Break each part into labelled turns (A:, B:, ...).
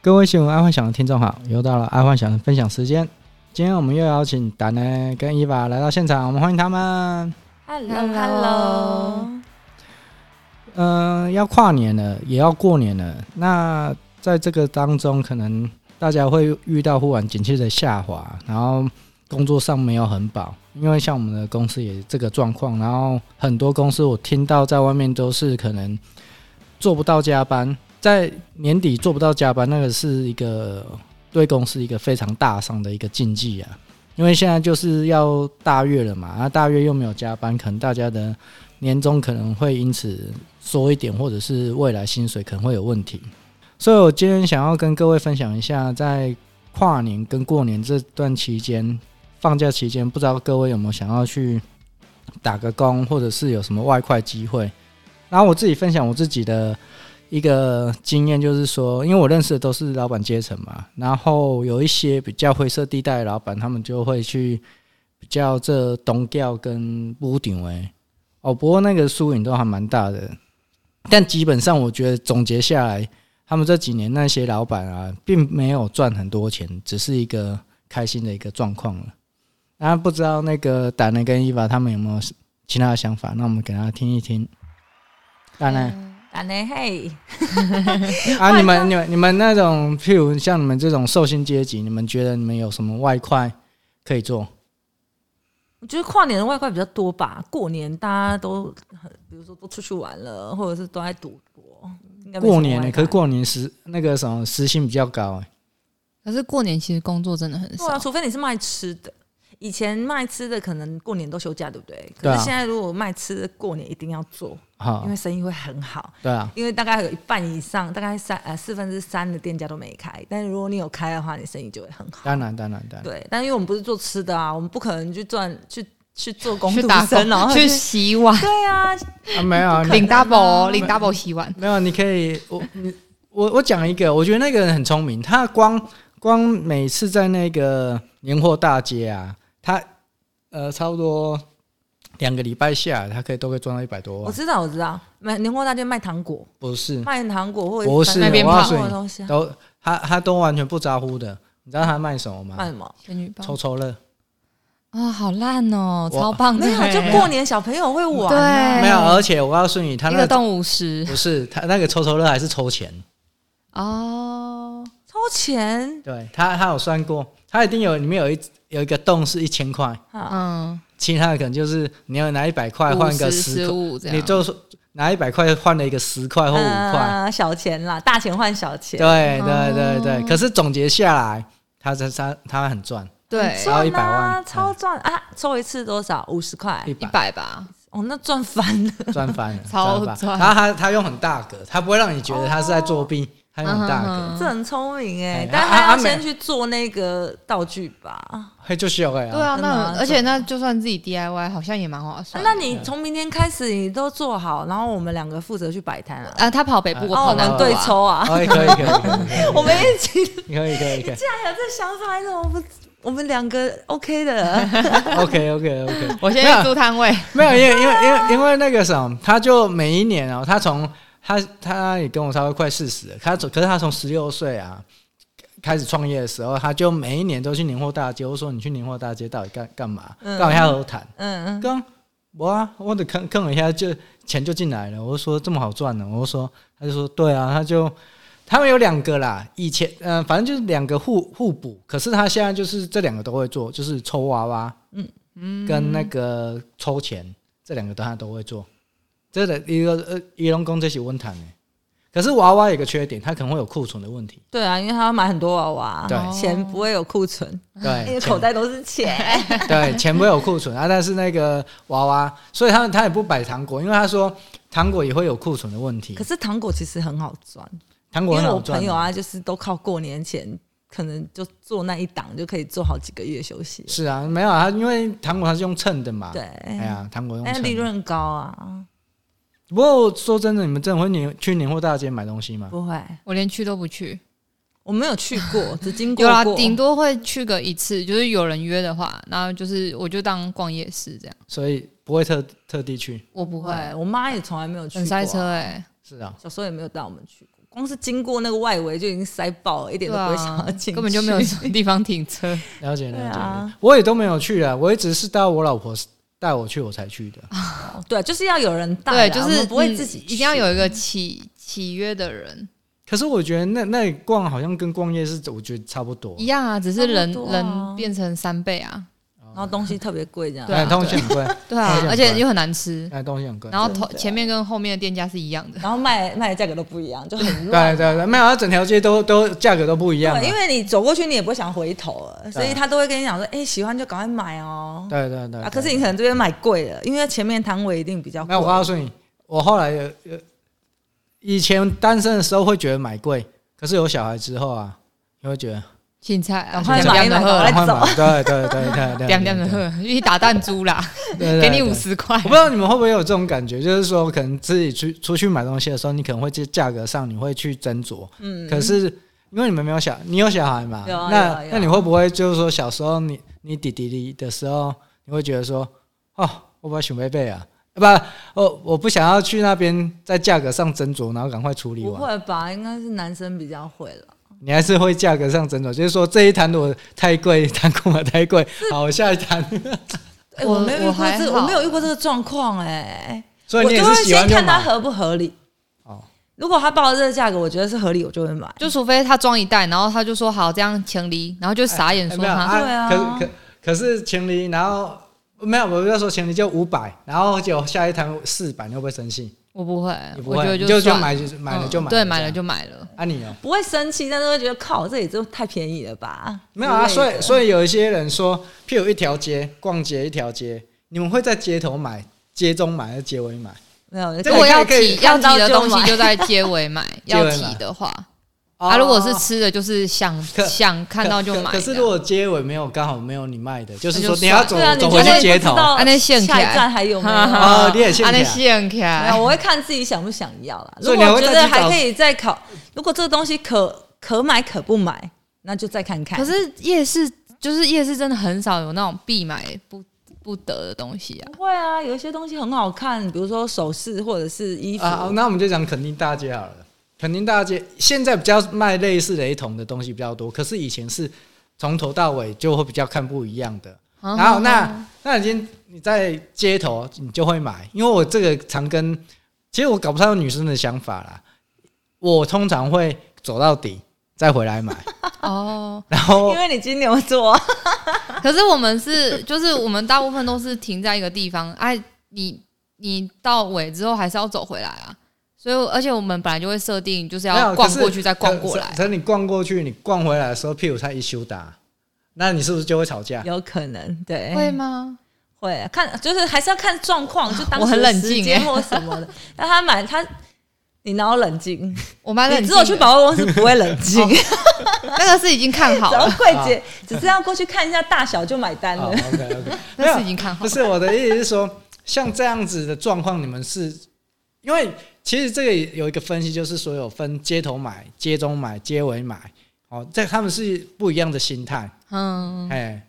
A: 各位新闻爱幻想的听众好，又到了爱幻想的分享时间。今天我们又邀请达呢跟伊娃来到现场，我们欢迎他们。
B: Hello，Hello，
A: 嗯、要跨年了，也要过年了。那在这个当中，可能大家会遇到忽然景气的下滑，然后工作上没有很保，因为像我们的公司也这个状况。然后很多公司我听到在外面都是可能做不到加班，在年底做不到加班，那个是一个对公司一个非常大上的一个禁忌啊。因为现在就是要大月了嘛，啊大月又没有加班，可能大家的年终可能会因此缩一点，或者是未来薪水可能会有问题。所以我今天想要跟各位分享一下，在跨年跟过年这段期间，放假期间，不知道各位有没有想要去打个工，或者是有什么外快机会？然后我自己分享我自己的一个经验，就是说，因为我认识的都是老板阶层嘛，然后有一些比较灰色地带的老板，他们就会去比较这东调跟屋顶为哦，不过那个输赢都还蛮大的，但基本上我觉得总结下来，他们这几年那些老板啊，并没有赚很多钱，只是一个开心的一个状况了。然后不知道那个达南跟伊娃他们有没有其他的想法？那我们给大家听一听。达南、
B: 安内嘿，
A: 啊，你们、你们、你们那种，譬如像你们这种受薪阶级，你们觉得你们有什么外快可以做？
B: 我觉得跨年的外快比较多吧。过年大家都很，比如说都出去玩了，或者是都在赌博。应该没什么
A: 过年呢、欸
B: 外快
A: 可是过年时那个什么时薪比较高、欸，
C: 可是过年其实工作真的很
B: 对啊，
C: 少，
B: 除非你是卖吃的。以前卖吃的可能过年都休假，对不对？
A: 对
B: 可
A: 啊
B: 是现在如果卖吃的，过年一定要做，
A: 好
B: 因为，生意会很好。
A: 对啊，
B: 因为大概有一半以上，大概三呃四分之三的店家都没开，但是如果你有开的话，你生意就会很好。
A: 当然，当然，当然，
B: 对，但因为我们不是做吃的啊，我们不可能去赚去去做工
C: 去
B: 读
C: 打
B: 生，啊
C: 工，
B: 然后
C: 去洗碗，
B: 对啊，
A: 啊，没有啊，你
C: 领 double 哦
B: 没
C: 领 double 洗碗，
A: 没有，你可以，我你我我讲一个，我觉得那个人很聪明，他光光每次在那个年货大街啊，他呃差不多两个礼拜下来，他可以都可以赚到一百多
B: 我
A: 万，
B: 知道，我知道，卖年货大街卖糖果，
A: 不是
B: 卖糖果或者
A: 不是
B: 反正
C: 我告
B: 卖
A: 诉你
B: 糖果的东西啊，
A: 都他他都完全不咋呼的，你知道他卖什么
B: 卖
A: 吗？
B: 什么？
C: 仙女棒
A: 抽抽乐，
C: 啊，好烂哦，
A: 我
C: 超棒的
B: 没有，
C: 欸，
B: 就过年小朋友会玩啊，
C: 对，
A: 没有，而且我告诉你，他
C: 一
A: 那
C: 个
A: 个
C: 动五十
A: 不是他那个抽抽乐还是抽钱，
C: 啊哦，
B: 抽钱
A: 对他他有算过，他一定有里面有一有一个洞是一千块，
B: 啊，
C: 嗯，
A: 其他的可能就是你要拿一百块换个十
C: 十五这样，
A: 你就是拿一百块换了一个十块或五
C: 嗯
A: 块，
B: 啊小钱啦，大钱换小钱，
A: 对
C: 哦
A: 对对对。可是总结下来，他他他他很赚，
C: 对
A: 然后
B: 赚
A: 100
B: 啊，
A: 万嗯
B: 超赚啊！抽一次多少？五十块
A: 一
C: 哎一
A: 百
C: 百吧，
B: 哦，那赚翻了。
C: 嗯
A: 赚翻了，
C: 超
A: 翻
C: 赚
A: 然后他他用很大格，他不会让你觉得他是在作弊，他用很大
C: 嗯
A: 格，
C: 哼
B: 这很聪明哎、
A: 哎
B: 但
A: 啊啊
B: 他
A: 啊
B: 要
A: 没
B: 先去做那个道具吧。啊
A: 嘿就是有哎
C: 对啊，
B: 真的啊
C: 那而且那就算自己 DIY 好像也蛮划算的，
B: 那你从明天开始你都做好，然后我们两个负责去摆摊啊。
C: 啊，他跑北部，我
A: 啊
B: 哦，我
C: 跑南
B: 们
C: 部
B: 对
C: 啊
B: 抽啊，
A: 可以可以可以可
B: 我们一起。哎
A: 以可以可以 可以
B: 呀，这想法你怎么不？我们两个 OK 的，
A: ，OK OK OK。
C: 我先
A: 没有
C: 去租摊位，
A: 没有，因为因为因为因为那个什么，他就每一年哦，他从他他也跟我差不多快四十了，他从可是他从十六岁啊开始创业的时候，他就每一年都去年货大街。我说你去年货大街到底干干嘛？
B: 嗯
A: 干嘛要和谈？
B: 嗯嗯，
A: 刚我啊，我得坑坑一下就钱就进来了。我就说这么好赚呢、我就说他就说对啊，他就他们有两个啦，以前嗯、呃反正就是两个互互补，可是他现在就是这两个都会做，就是抽娃娃，嗯嗯，跟那个抽钱这两个都他都会做。这个一个呃，仪龙宫这些温谈呢，可是娃娃有个缺点，它可能会有库存的问题，
B: 对啊，因为他要买很多娃娃，
A: 对
B: 钱不会有库存， 因
A: 对，
B: 为
A: 钱
B: 口袋都是钱。哎
A: 对，钱不会有库存啊，但是那个娃娃，所以他他也不摆糖果，因为他说糖果也会有库存的问题
B: 可。是糖果其实很好赚，
A: 糖
B: 因
A: 果很
B: 为
A: 好
B: 我
A: 赚
B: 朋
A: 的
B: 友，啊，就是都靠过年前，可能就做那一档就可以做好几个月休息了。
A: 是啊，没有啊，因为糖果它是用称的嘛，
B: 对，，嗯
A: 哎呀，糖果用
B: 但是
A: 称
B: 利
A: 的。
B: 润高啊，
A: 不过说真的，你们真的会年去年货大街买东西吗？
B: 不会。
C: 我连去都不去。
B: 我没有去过，只经过
C: 有啦，
B: 过
C: 顶多会去个一次，就是有人约的话，然后就是我就当逛夜市这样。
A: 所以不会特特地去。
C: 我
B: 不
C: 不会，
B: 会。我妈也从来没有去过、啊
C: 很塞车哎、
A: 是啊，
B: 小时候也没有带我们去过。光是经过那个外围就已经塞爆了，一点
C: 对
B: 都不会想
C: 啊
B: 要进、，去
C: 根本就没有什么地方 停车
A: 了解了
B: 对
A: 解了解、
B: 啊
A: 我也都没有去啊，我一直是到我老婆带我去我才去的。
B: 哦对，就是要有人带
C: 对，
B: 啦，
C: 就
B: 我
C: 是
B: 们不会
C: 嗯
B: 自己、
C: 一定要。有一个契契约的人
A: 可是我觉得那那里逛好像跟逛夜市，我觉得差不多
C: 一。样啊，只是人、
B: 差不多啊
C: 人变成三倍啊，
B: 然后东西特别贵，这样
C: 对啊
A: 哎东西很贵，
C: 对
A: 而
C: 啊
A: 且，很
C: 而且
A: 贵
C: 又很难吃，
A: 哎，东西很贵。
C: 然后
B: 真
C: 头
B: 的
C: 前面跟后面的店家是一样的，
B: 然后卖卖的价格都不一样，就很
A: 对
B: 乱。
A: 对对，没有，它整条街都都价格都不一样啊。
B: 对，因为你走过去，你也不会想回头了，所
A: 对
B: 以他都会跟你讲说：“哎、喜欢就赶快买哦。
A: 对对对
B: 啊，可是你可能这边买贵了，因为前面摊位一定比较
A: 没
B: 贵
A: 有，。我告诉你，我后来有有以前单身的时候会觉得买贵，可是有小孩之后啊，你会觉得哦
C: 青菜啊，
B: 赶快买一买
C: 凉的喝
B: 赶
A: 换
C: 啦，
A: 买，对对对 对对，
C: 凉凉的喝，去打弹珠啦，
A: 喝
C: 给你五。十块
A: 我不。知道你们会不会有这种感觉，就是说，可能自己去出去买东西的时候，你可能会在价格上你会去斟酌，
B: 嗯，
A: 可是因为你们没有小，你有小孩嘛？
B: 有啊有
A: 那
B: 啊有啊
A: 那你会不会就是说小时候你你弟弟弟的时候，你会觉得说哦，我不要选贝贝啊，啊不，我我不想要去那边在价格上斟酌，然后赶快处理
B: 不
A: 完。
B: 会吧？应该是男生比较会了。
A: 你还是会价格上斟酌，就是说这一摊如果太贵， 摊购买太贵，好，我下一摊。
B: 哎、
C: 我
B: 我没有遇
C: 我
B: 过
C: 还
B: 这，
C: 好
B: 我没有遇过这个状况哎。
A: 所以你也
B: 我就会
A: 是喜欢
B: 先
A: 就
B: 看它
A: 买
B: 合不合理。
A: 哦
B: 如果他报的这个价格，我觉得是合理，我就会买。
C: 就除非他装一袋，然后他就说好这样钱离，然后就傻眼
A: 哎
C: 说
A: 没有
C: 哈，
B: 对啊
A: 可可可是前离，然后没有，我不要说前离就五百，然后就下一摊四百，你会不会生气？
C: 我不会
A: 你，不
C: 我觉
A: 会，
C: 得
A: 你就就
C: 算
A: 买就买了就买，
C: 嗯对，买了就买了。
A: 啊你哦，
B: 不会生气，但是会觉得靠，这里就太便宜了吧？
A: 没有啊，
B: 之类
A: 所
B: 的
A: 以所以有一些人说，譬如一条街逛街一条街，你们会在街头买、街中买还是街尾买？
B: 没有。
A: 这
C: 如
A: 个
B: 可
C: 果
B: 以
A: 也
C: 要
A: 可以
C: 提要提的东
B: 看到就
C: 西
B: 买
C: 就在街 尾买，
A: 街尾
C: 要
A: 买哦
C: 提的话啊，如果是吃的，就是想
A: 可
C: 想看到就
A: 可
C: 买
A: 可
C: 的。
A: 是如果街尾没有刚好没有你卖的，就是
C: 那
A: 说
C: 就
A: 你要
C: 算
A: 走
B: 对啊，你
A: 走
B: 就
A: 回去
B: 会
A: 街
B: 不
A: 头
B: 知，道
C: 啊那现
B: 下
C: 开
B: 一站还 有没有？
A: 哦你也现
C: 啊，那
A: 起来
C: 现起
B: 没有，
C: 来，
B: 我会看自己想不想要啦。
A: 所
B: 如
A: 以你
B: 果
A: 还
B: 我
A: 会
B: 觉
A: 再
B: 得
A: 去找
B: 还可以再考，如果这个东西可可买可不买，那就再看看。
C: 可是夜市就是夜市真的很少有那种必买不不得的东西啊。
B: 不会啊，有一些东西很好看，比如说首饰或者是衣服。
A: 啊，那我们就讲垦丁大街好了。垦丁大街现在比较卖类似雷同的东西比较多，可是以前是从头到尾就会比较看不一样的。
C: 嗯
A: 然后那那已经你在街头你就会买，因为我这个常跟，其实我搞不太懂女生的想法啦。我通常会走到底再回 来买，
C: 哦，
A: 然后
B: 因为你金牛座，
C: 可是我们是，就是我们大部分都是停在一个地方，哎、你你到尾之后还是要走回来啊。所以，而且我们本来就会设定就是
A: 没有
C: 要
A: 可
C: 逛
A: 是
C: 过去再逛过来
A: 可。可是你逛过去，你逛回来的时候屁股才一羞打，那你是不是就会吵架？
B: 有可能对
C: 会吗？
B: 会看，就是还是要看状况，就当
C: 我很
B: 时
C: 冷
B: 时
C: 静
B: 间
C: 欸
B: 或什么的。但他买他，你哪有冷静？
C: 我蛮冷
B: 你
C: 静
B: 只
C: 的。
B: 有去百货公司不会冷静，
C: 那个是已经看好
B: 只要
C: 了，
B: 柜姐只是要过去看一下大小就买单
A: 哦
B: 了。
A: ，OK OK，没有
C: 那是已经看好
A: 不
C: 了。
A: 是我的意思是说，像这样子的状况，你们是因为其实这个有一个分析，就是所有分街头买、街中买、街尾买，哦，这他们是不一样的心态，
C: 嗯，
A: 哎。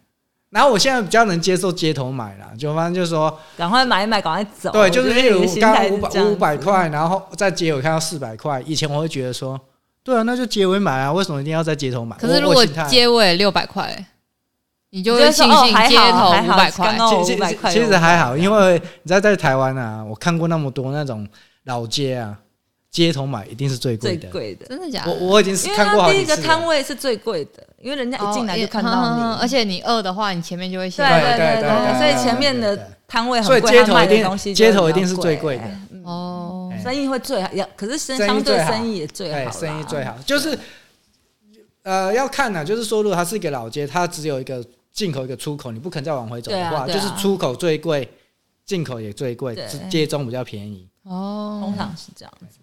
A: 然后我现在比较能接受街头买啦，就反正就是说，
B: 赶快买一买，赶快走。
A: 对，就是例如
B: 我觉得你的心
A: 刚
B: 态
A: 五
B: 是这
A: 百
B: 样
A: 五百
B: 子，
A: 块，然后在街尾看到四百块，以前我会觉得说，对啊，那就街尾买啊，为什么一定要在街头买？
C: 可是
A: 我
C: 如
A: 我
C: 果
A: 心态
C: 街尾六百块，你
B: 你
C: 就
B: 就
C: 会
B: 会说
C: 庆
B: 哦
C: 幸
B: 还好
C: 街头
B: 还
C: 五
B: 好
C: 百
B: 刚刚。
C: 块
A: 其
B: 哦
A: 其
B: 500块
A: 其
B: 有
A: 实还好，因为你知道在台湾啊，我看过那么多那种老街啊，街头买一定是最贵
B: 最
A: 的。
B: 贵的，
C: 真的假
A: 我
C: 的？
A: 我已经是
B: 因为
A: 看过好
B: 它
A: 几
B: 第一个
A: 次
B: 摊
A: 了。
B: 位是最贵的，因为人家一进来就看
C: 哦也
B: 到
C: 嗯嗯嗯
B: 你。
C: 而且你饿的话，你前面就会
B: 对
C: 先。
A: 对对
B: 对
A: 对
B: 所以
A: 对
B: 前面
A: 对对
B: 的摊位
A: 所以
B: 很贵，
A: 街
B: 他
A: 头
B: 卖
A: 一定
B: 的东西就
A: 街头
B: 比
A: 一定
B: 较
A: 是最贵
B: 贵
A: 的
B: 嗯
C: 哦，
A: 哎
B: 生意会最好，要可是生
A: 生意
B: 相对
A: 最好
B: 生意也最好
A: 对，
B: 啦，
A: 哎生意最好，就是呃要看呐、就是说如果它是一个老街，它只有一个进口一个出口，你不肯再往回走
B: 对
A: 的
B: 啊
A: 话，
B: 对
A: 就是
B: 啊
A: 出口最贵，进口也最贵
B: 对，
A: 街中比较便宜。
C: 哦
B: 通，常是这样子。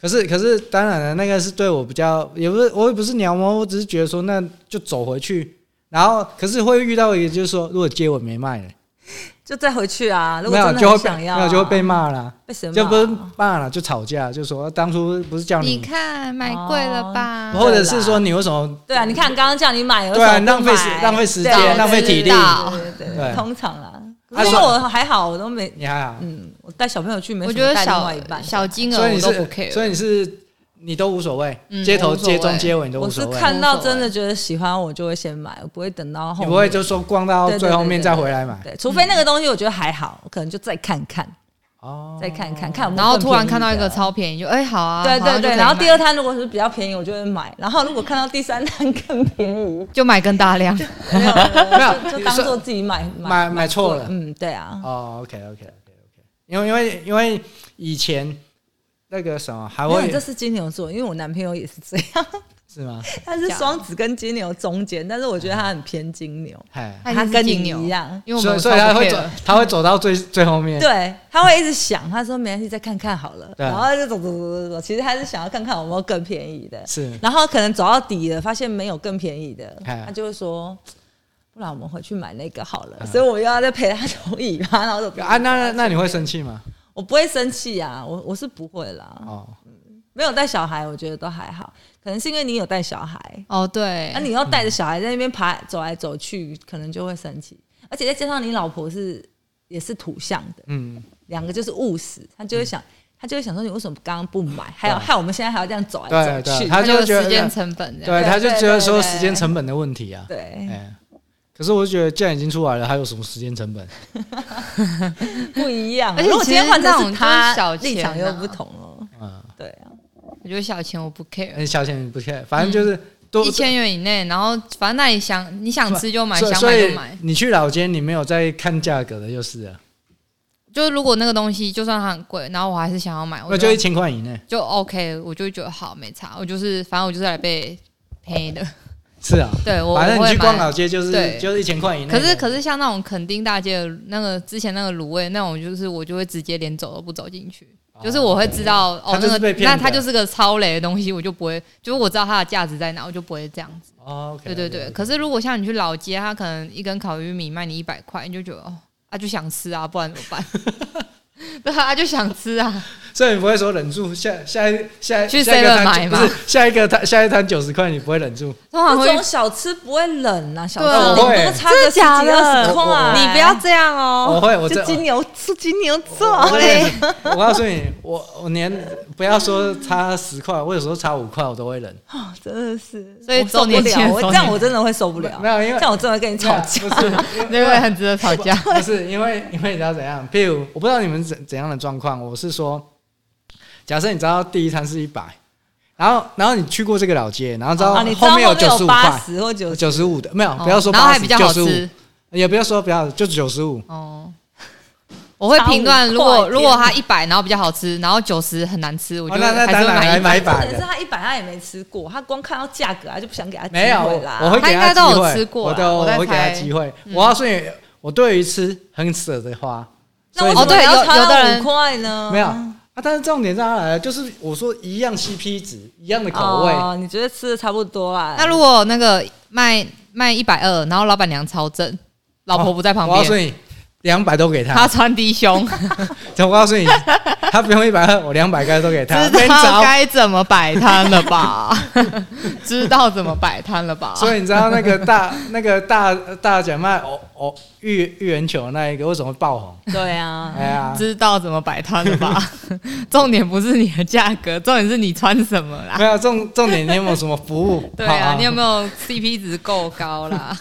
A: 可是，可是，当然了，那个是对我比较，也不是，我也不是鸟毛，我只是觉得说，那就走回去。然后，可是会遇到一个，就是说，如果接吻没卖了，
B: 就再回去啊，如
A: 没
B: 果
A: 有
B: 真的
A: 就
B: 很
A: 会被
B: 想
A: 没
B: 要啊，
A: 有就会被骂啦，
B: 被神
A: 就
B: 骂
A: 不是
B: 啊
A: 骂了，就吵架，就说啊当初不是叫
C: 你
A: 你，
C: 看买贵了
B: 哦
C: 吧？
A: 或者是说你为什么
B: 对啊，
C: 嗯
B: 你看刚刚叫你买，有
A: 对啊
B: 什么不
A: 浪费时
B: 买
A: 浪费时
B: 对
A: 间
B: 对
A: 浪费体力
B: 对对对对
A: 对
B: 对，通常啦。
A: 啊
B: 可是因为
A: 所以
B: 我还好，我都没，
A: 你还好？
B: 嗯，我带小朋友去没什
C: 我
B: 么
C: 觉得
B: 带另
C: 小
B: 外一半，
C: 小金额
A: 所以你
C: 我都不
A: 是，所
C: care。
A: 以你是你都无所谓，
C: 嗯
A: 街头
C: 我无所谓
A: 街中街尾你都
B: 我
A: 无
B: 是
A: 所谓，
B: 看到
C: 无所谓
B: 真的觉得喜欢，我就会先买，我不会等到后
A: 你
B: 面。
A: 不会就说逛到
B: 对对
A: 最后面
B: 对对
A: 再回来买
B: 对，除非那个东西我觉得还好，可能就再看看，
A: 哦，
B: 再看看看有没有更便宜的。
C: 然后突然看到一
A: 啊
C: 个超便宜，就哎、好啊，
B: 对
C: 好像
B: 对对，
C: 就可以
B: 然后
C: 买
B: 第二摊如果是比较便宜，我就会买。然后如果看到第三摊更便宜，
C: 就买更 大量，
B: 没有
A: 没有
B: 就就
A: 你
B: 当
A: 说
B: 做自己买
A: 买买错了
B: 嗯，对啊，
A: 哦，OK OK OK OK，因为因为因为以前那个什么还
B: 没有
A: 会
B: 这是金牛座，因为我男朋友也是这样，
A: 是 吗？
B: 他是双子跟金牛中间，但是我觉得他很偏金牛，
A: 哎，
C: 他一定
B: 他
C: 是
B: 跟你
C: 金牛
B: 一，样，
C: 因为我
A: 所以
C: 们
A: 所以
C: 超
A: 他
C: 不
A: 会
C: care
A: 走，他会走到 最最后面，
B: 对，他会一直想，他说没关系，再看看好了，
A: 嗯对啊
B: 然后就走走走走走，其实他是想要看看有没有更便宜的，
A: 是
B: 然后可能走到底了，发现没有更便宜的，
A: 哎
B: 他就会说。不然我们回去买那个好了，所以我又要再陪他同意嘛，然后就
A: 嗯啊，那那那你会生气吗？
B: 我不会生气啊，我我是不会啦。
A: 哦，
B: 没有带小孩，我觉得都还好，可能是因为你有带小孩，
C: 哦，对，
B: 那、你要带着小孩在那边爬走来走去，可能就会生气。而且再加上你老婆是也是土象的，
A: 嗯，
B: 两个就是务实，她就会想，她就会想说你为什么刚刚不买？还有害我们现在还要这样走来
A: 对
B: 走去
A: 对，。
C: 他
A: 他
C: 就
A: 就
C: 有
A: 觉
C: 时间
A: 得，呃
C: 成本这样，
A: 对，他就
B: 对
A: 觉得
B: 对
A: 说
B: 对
A: 时间成本的问题啊，
B: 对，
A: 哎，可是我觉得既然已经出来了，还有什么时间成本？
B: 不一样。
C: 而且
B: 如果今天
C: 其实
B: 换
C: 那
B: 成
C: 种
B: 是他
C: 就是小
B: 立
C: 钱啊
B: 场又不同了。
A: 嗯，
B: 对啊，
C: 我觉得小钱我不 care，
A: 嗯小钱不欠，反正就是多
C: 一千元以内，然后反正那你想你想吃就买，
A: 所以
C: 想
A: 所
C: 买
A: 以
C: 就买。
A: 你去老街，你没有在看价格的，就是了，
C: 就如果那个东西就算它很贵，然后我还是想要买，我
A: 那就
C: 就
A: 一千块以内。
C: 就 OK，我就会觉得好没差，我就是反正我就是来被 便宜的，
A: 是啊，
C: 对我
A: 反正
C: 我
A: 你
C: 会
A: 去逛老
C: 买。
A: 街就是
C: 对
A: 就是一千块以内的。
C: 可是可是像那种垦丁大街的那个之前那个卤味那种，就是我就会直接连走都不走进去，就是我会知道哦
A: 它哦就
C: 那
A: 是被
C: 个
A: 骗的
C: 那它就是个超雷的东西，我就不会，就是我知道它的价值在哪，我就不会这样子。
A: 哦，OK，
C: 对对对，可是如果像你去老街，他可能一根烤玉米卖你一百块，你就觉得哦，啊就想吃啊，不然怎么 办？对啊，就想吃啊，
A: 所以你不会说忍住下下一下
C: 去
A: 下一个
C: 7-Eleven
A: 摊
C: 买
A: 不
C: 嘛
A: 是下一个摊下一摊九十块，你不会忍住。
C: 通常
B: 这
C: 会
B: 种小吃不会冷啊，小
C: 对
B: 吃
C: 啊
B: 顶多差个十
C: 真的
B: 几
C: 假的
B: 二十
A: 我我
B: 块。
C: 你不要 这样
A: 我
C: 哦，
A: 会，我
B: 就
A: 这
B: 金牛是金牛
A: 我
B: 座
A: 我
B: 嘞，
A: 我告诉你，我我连不要说差十块，我有时候差五块我都会忍。
B: 真的是，
C: 所以
B: 我受
C: 重
B: 不
C: 点钱
B: 了，我
C: 重
B: 这
C: 点
B: 样我真的会受不了，
A: 没有因为
B: 这样我真的会跟你吵架。
A: 不 是因为
C: 那个很值得吵架。
A: 不是因为因为你知道怎样？譬如我不知道你们怎怎样的状况，我是说，假设你知道第一摊是一百，然后然后你去过这个老街，然后知道
B: 啊，你知道
A: 面有九十
B: 有
A: 五
B: 八
A: 块、
B: 十或九十，
A: 九十五的，没有
C: 哦
A: 不要说
C: 然后
A: 八
C: 还
A: 十
C: 比较好
A: 九十五，
C: 吃
A: 也不要说不要，就是九十五。
C: 哦。我会评断，
B: 差五
C: 如果
B: 块
C: 如果它一百，然后比较好吃，然后九十很难吃，我
A: 哦
C: 就
A: 那那
C: 还
A: 当
C: 是会
A: 然来
C: 买一百。
A: 买一百
B: 重点是
A: 的，
B: 他一百他也没吃过，他光看到价格他就不想给他机
A: 没有，
B: 会
A: 我
B: 啦。
A: 会给
C: 他应该
A: 机
C: 都有
A: 会
C: 吃过
A: 我
C: 啦
A: 都
C: 我
A: 我
C: 在
A: 会给他
C: 猜嗯
A: 机会。我告诉你，我对于吃很舍得花，
B: 那
A: 所以
B: 为什
C: 我哦
B: 么
C: 对嗯
B: 你要
C: 有
B: 差
C: 有的
B: 到
C: 人
B: 五块呢？
A: 没有啊。但是重点在哪来了？就是我说一样 CP 值，一样的口味，
B: 哦，你觉得吃的差不多啦？
C: 那如果那个卖卖一百二，然后老板娘超正，老婆不在旁
A: 我告诉
C: 边，
A: 你，两百都给他
C: 她。穿 低胸，
A: 我告诉你，他不用一百二，我两百该都给他。
C: 知
A: 没
C: 道
A: 找，
C: 该怎么摆摊 了吧？知道怎么摆摊了吧？
A: 所以你知道那个大那个大大奖卖哦哦芋芋圆球那一个为什么爆红？
B: 对啊，
A: 哎呀，
C: 知道怎么摆摊了吧？ 重点不是你的价格，重点是你穿什么啦
A: 没。有重重点，你有没有什么服务？
C: 对
A: 好
C: 啊，你有没有 CP 值够高 啦？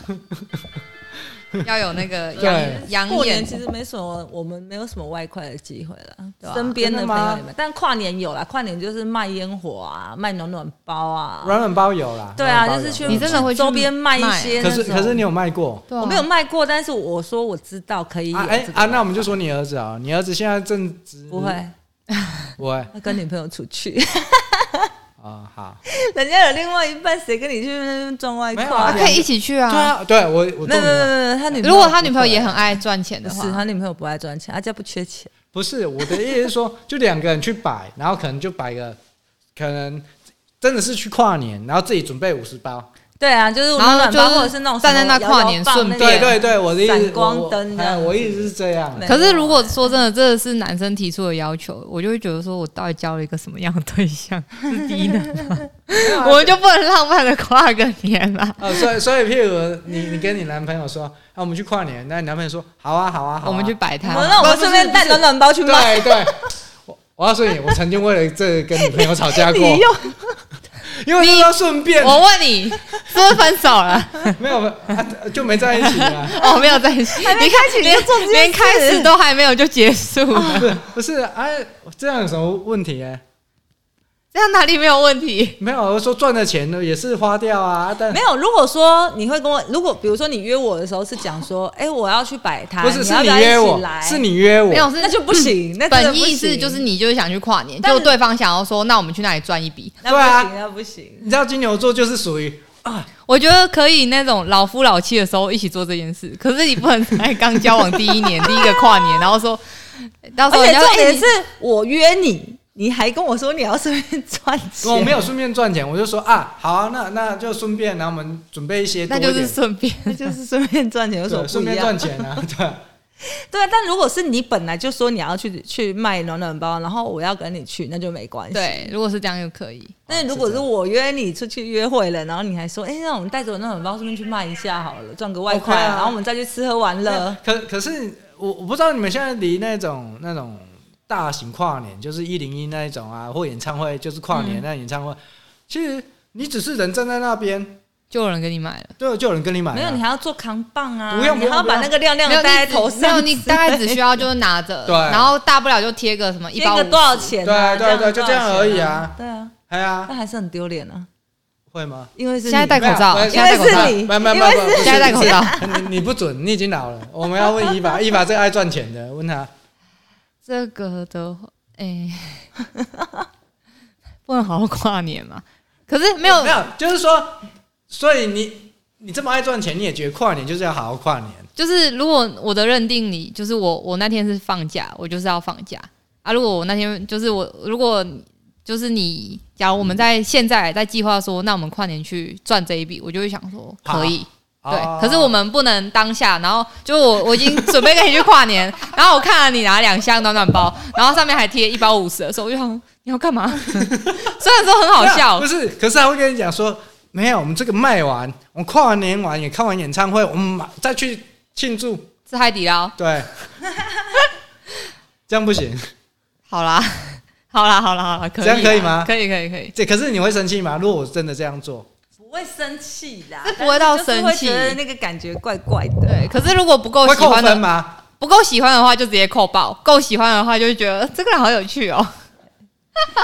C: 要有那个
A: 对
C: 养养
B: 过
C: 眼
B: 年，其实没什么，我们没有什么外快的机会了，
C: 对啊
B: 身边的
A: 真的
B: 朋
A: 吗
B: 友里面，但跨年有啦，跨年就是卖烟火啊，卖暖暖包啊，
A: 软软包有啦。
B: 对啊，
A: 软软包
B: 就
A: 有嗯
B: 是去
C: 你真的会去
B: 周边卖一些
A: 可
B: 那
A: 是
B: 种。
A: 可是你有卖过？
C: 对啊
B: 我没有卖过，但是我说我知道可以有
A: 啊哎
B: 这个
A: 啊，那我们就说你儿子啊，你儿子现在正值
B: 不会，
A: 不会
B: 他跟女朋友出去，
A: 啊，好，
B: 人家有另外一半，谁跟你去那边赚外快
A: 没有啊
C: 啊
B: 啊？
C: 可以一起去
A: 对
C: 啊。
A: 啊，对我我
B: 没有
A: 重
B: 没有没
A: 点
B: 有没有，他女朋友
C: 如果他女朋友也
B: 不
C: 很爱赚钱的
B: 会
C: 话，
B: 是他女朋友不爱赚钱，他家不缺钱，
A: 不是我的意思是 说，就两个人去摆，然后可能就摆个，可能真的是去跨年，然后自己准备五十包。
B: 对啊，就是
C: 然后
B: 暖
C: 就是
B: 包或者是那种
C: 站在那
B: 什么摇摇
C: 跨年
B: 棒
C: 顺
B: 那
C: 便
A: 对
B: 个
A: 对对，我的意思，
B: 啊闪光
A: 我
B: 灯这
A: 哎
B: 样
A: 我一直是这样。
B: 没有
C: 可是如果说真的，这是男生提出的要求，我就会觉得说，我到底交了一个什么样的 对象？是低能吗？
B: 啊
C: 我们就不能浪漫的跨个年啦。
A: 呃，所以所以，譬如你你跟你男朋友说，啊，我们去跨年，那你男朋友说，好啊好啊好啊，
C: 我们去摆
B: 我
C: 摊，
B: 那我
A: 不
B: 们
A: 是
B: 顺便带
A: 不是
B: 暖暖包去卖，
A: 对对，我我告诉你，我曾经为了这个跟女朋友吵架过，
B: 你又哦
A: 因为那时候顺便
C: 我问你，是不是分手 了？
A: 没有、啊、就没在一起啊。
C: 哦，没有在一起，
B: 还没
C: 连
B: 开启你就做这件事哦
C: 连开始都还没有就结束了，
A: 不是不是，哎、这样有什么问题、欸？
C: 这样哪里没有问题？
A: 没有，我说赚的钱呢也是花掉啊，但
B: 没有。如果说你会跟我，如果比如说你约我的时候是讲说，哎、我要去摆摊，
A: 不是
B: 你
A: 是
B: 要不
A: 你
B: 要
A: 约
B: 一起
A: 我，
B: 来？
A: 是你约我，
C: 没有，是
B: 那就不行，那真的
C: 本
B: 不
C: 意思
B: 行
C: 就是你就是想去跨年，
B: 但
C: 就是对方想要说，那我们去那里赚一笔。
B: 那
A: 对啊
B: 不行，那不行。
A: 你知道金牛座就是属于
C: 我觉得可以那种老夫老妻的时候一起做这件事，可是你不能才刚交往第一年第一个跨年，然后说到时
B: 而
C: 候人
B: 且
C: 家
B: 重
C: 哎
B: 点
C: 你
B: 是我约你，你还跟我说你要顺便赚钱，
A: 我没有顺便赚钱，我就说啊，好啊，那那就顺便，然后我们准备一些多
C: 那
A: 一
C: 就
A: 点，
C: 是顺便。
B: 那就是顺便赚钱有什么
A: 对
B: 不
A: 顺
B: 一
A: 便
B: 样
A: 赚？钱啊，对啊，
B: 对，但如果是你本来就说你要去去卖暖暖包，然后我要跟你去，那就没关系。
C: 对，如果是这样就可以。
B: 那如果是我约你出去约会了，然后你还说，哎、那我们带着我那暖包顺便去卖一下好了，赚个外快
A: OK 啊
B: 然后我们再去吃喝玩乐。
A: 可可是我我不知道你们现在离那种那种大型跨年，就是一零一那一种啊，或演唱会，就是跨
C: 嗯
A: 年那演唱会，其实你只是人站在那边，
C: 就有人给你买了，
A: 就就有人跟你买、啊，
B: 没
C: 哎
B: 有，你还要做扛棒啊！
A: 不用不
B: 你
A: 用
B: 还要
A: 不用
B: 把那个亮亮
C: 没有
B: 戴在
C: 你只
B: 头上。
C: 没有你大概 只需要就是拿着，
A: 对
C: 然后大不了就贴个什么一
B: 贴
C: 包
B: 个
C: 五
B: 多少钱、啊？
A: 对对对就
B: 这样
A: 这样而已啊
B: 多少钱啊。
A: 哎
B: 对啊，
A: 呀，
B: 那还是很丢脸啊，
A: 会吗？
B: 因为是
C: 现在
B: 你
C: 戴口罩
A: 没有
C: 现在戴口罩
B: 因为是你
A: 没有没有没有
B: 因为是
A: 没有
C: 现在戴口罩，
A: 你你不准，你已经老了。我们要问伊爸，伊爸最爱赚钱的，问他，
C: 这个的话，哎、 不能好好跨年嘛？可是没有
A: 没，有，就是说，所以你你这么爱赚钱，你也觉得跨年就是要好好跨年，
C: 就是如果我的认定里，就是我我那天是放假，我就是要放假啊。如果我那天就是我，如果就是你，假如我们在现在在计划说，那我们跨年去赚这一笔，我就会想说可以。对
A: 哦，
C: 可是我们不能当下，然后就我我已经准备跟你去跨年，然后我看了你拿两箱暖暖包，然后上面还贴一包五十的时候，我就想说你要干嘛？虽然说很好 笑
A: 不，是？可是他会跟你讲说，没有，我们这个卖完，我跨完年完也看完演唱会，我们马再去庆祝，
C: 是海 底捞，
A: 对，这样不行。
C: 好啦，好啦，好啦，好啦，可以啦，
A: 这样可以吗
C: 可以，可以，可以。
A: 这可是你会生气吗？如果我真的这样做，
B: 不会生气啦，
C: 这不会到生气
B: 但是就是会觉得那个感觉怪怪的。
C: 对，可是如果不够
B: 哦
A: 会
C: 喜
A: 扣
C: 欢
A: 分
C: 的，
A: 吗？
C: 不够喜欢的话就直接扣爆；够喜欢的话就会觉得这个人好有趣哦。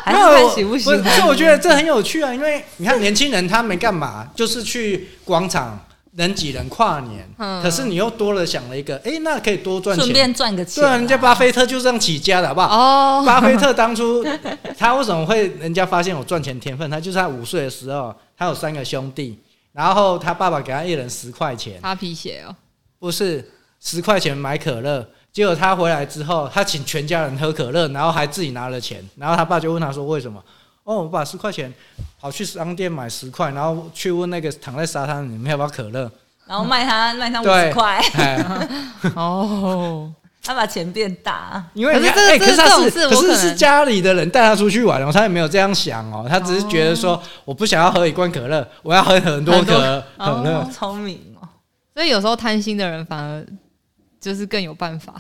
B: 还是
A: 没
B: 哎看
A: 有
B: 喜不喜
A: 是所以
B: 欢。
A: 我觉得这很有趣啊，因为你看年轻人他没干嘛，就是去广场人挤人跨年，
C: 嗯
A: 可是你又多了想了一个，哎、那可以多赚
B: 顺
A: 钱，
B: 便赚个钱、
A: 对啊，人家巴菲特就这样起家的，好不好？
C: 哦，
A: 巴菲特当初他为什么会人家发现有赚钱天分？他就是他五岁的时候，他有三个兄弟，然后他爸爸给他一人十块钱，
C: 擦皮鞋哦，
A: 不是十块钱买可乐。结果他回来之后，他请全家人喝可乐，然后还自己拿了钱。然后他爸就问他说：“为什么？”哦，我把十块钱跑去商店买十块，然后去问那个躺在沙滩里面要不要可乐。
B: 然后卖他卖他五
A: 嗯对
B: 十块，
A: 哎，
C: 哦，
B: 他把钱变大。
A: 因为
C: 可是
A: 人家
C: 这个
A: 哎
C: 这
A: 可是他
C: 这种
A: 是
C: 事我
A: 可
C: 可
A: 是
C: 能
A: 是家里的人带他出去玩哦，他也没有这样想哦，他只是觉得说我不想要喝一罐可乐，我要喝很多
C: 很
A: 可
C: 多
A: 乐可
C: 哦
A: 乐。
B: 聪明哦，
C: 所以有时候贪心的人反而就是更有办法。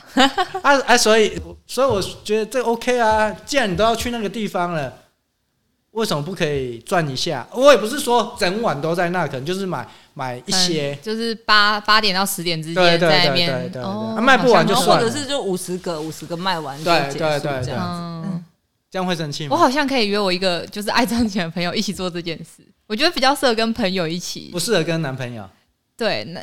A: 啊啊，所以所以我觉得这 OK 啊，既然你都要去那个地方了，为什么不可以转一下？我也不是说整晚都在那，可能就是买买一些
C: 嗯，就是八八点到十点之
A: 对
C: 间
A: 对
C: 在
A: 对
C: 那
A: 对
C: 边
A: 对对，
C: 哦
A: 啊卖不完就
B: 然后
A: 算
B: 或
A: 了
B: 者，是就五十个，五十个卖完就
A: 对
B: 结束
A: 对对
B: 这
A: 对
B: 样。
C: 嗯，
A: 这样会生气
C: 我
A: 吗？
C: 好像可以约我一个就是爱赚钱的朋友一起做这件事，我觉得比较适合跟朋友一起
A: 不。适合跟男朋友，
C: 对，那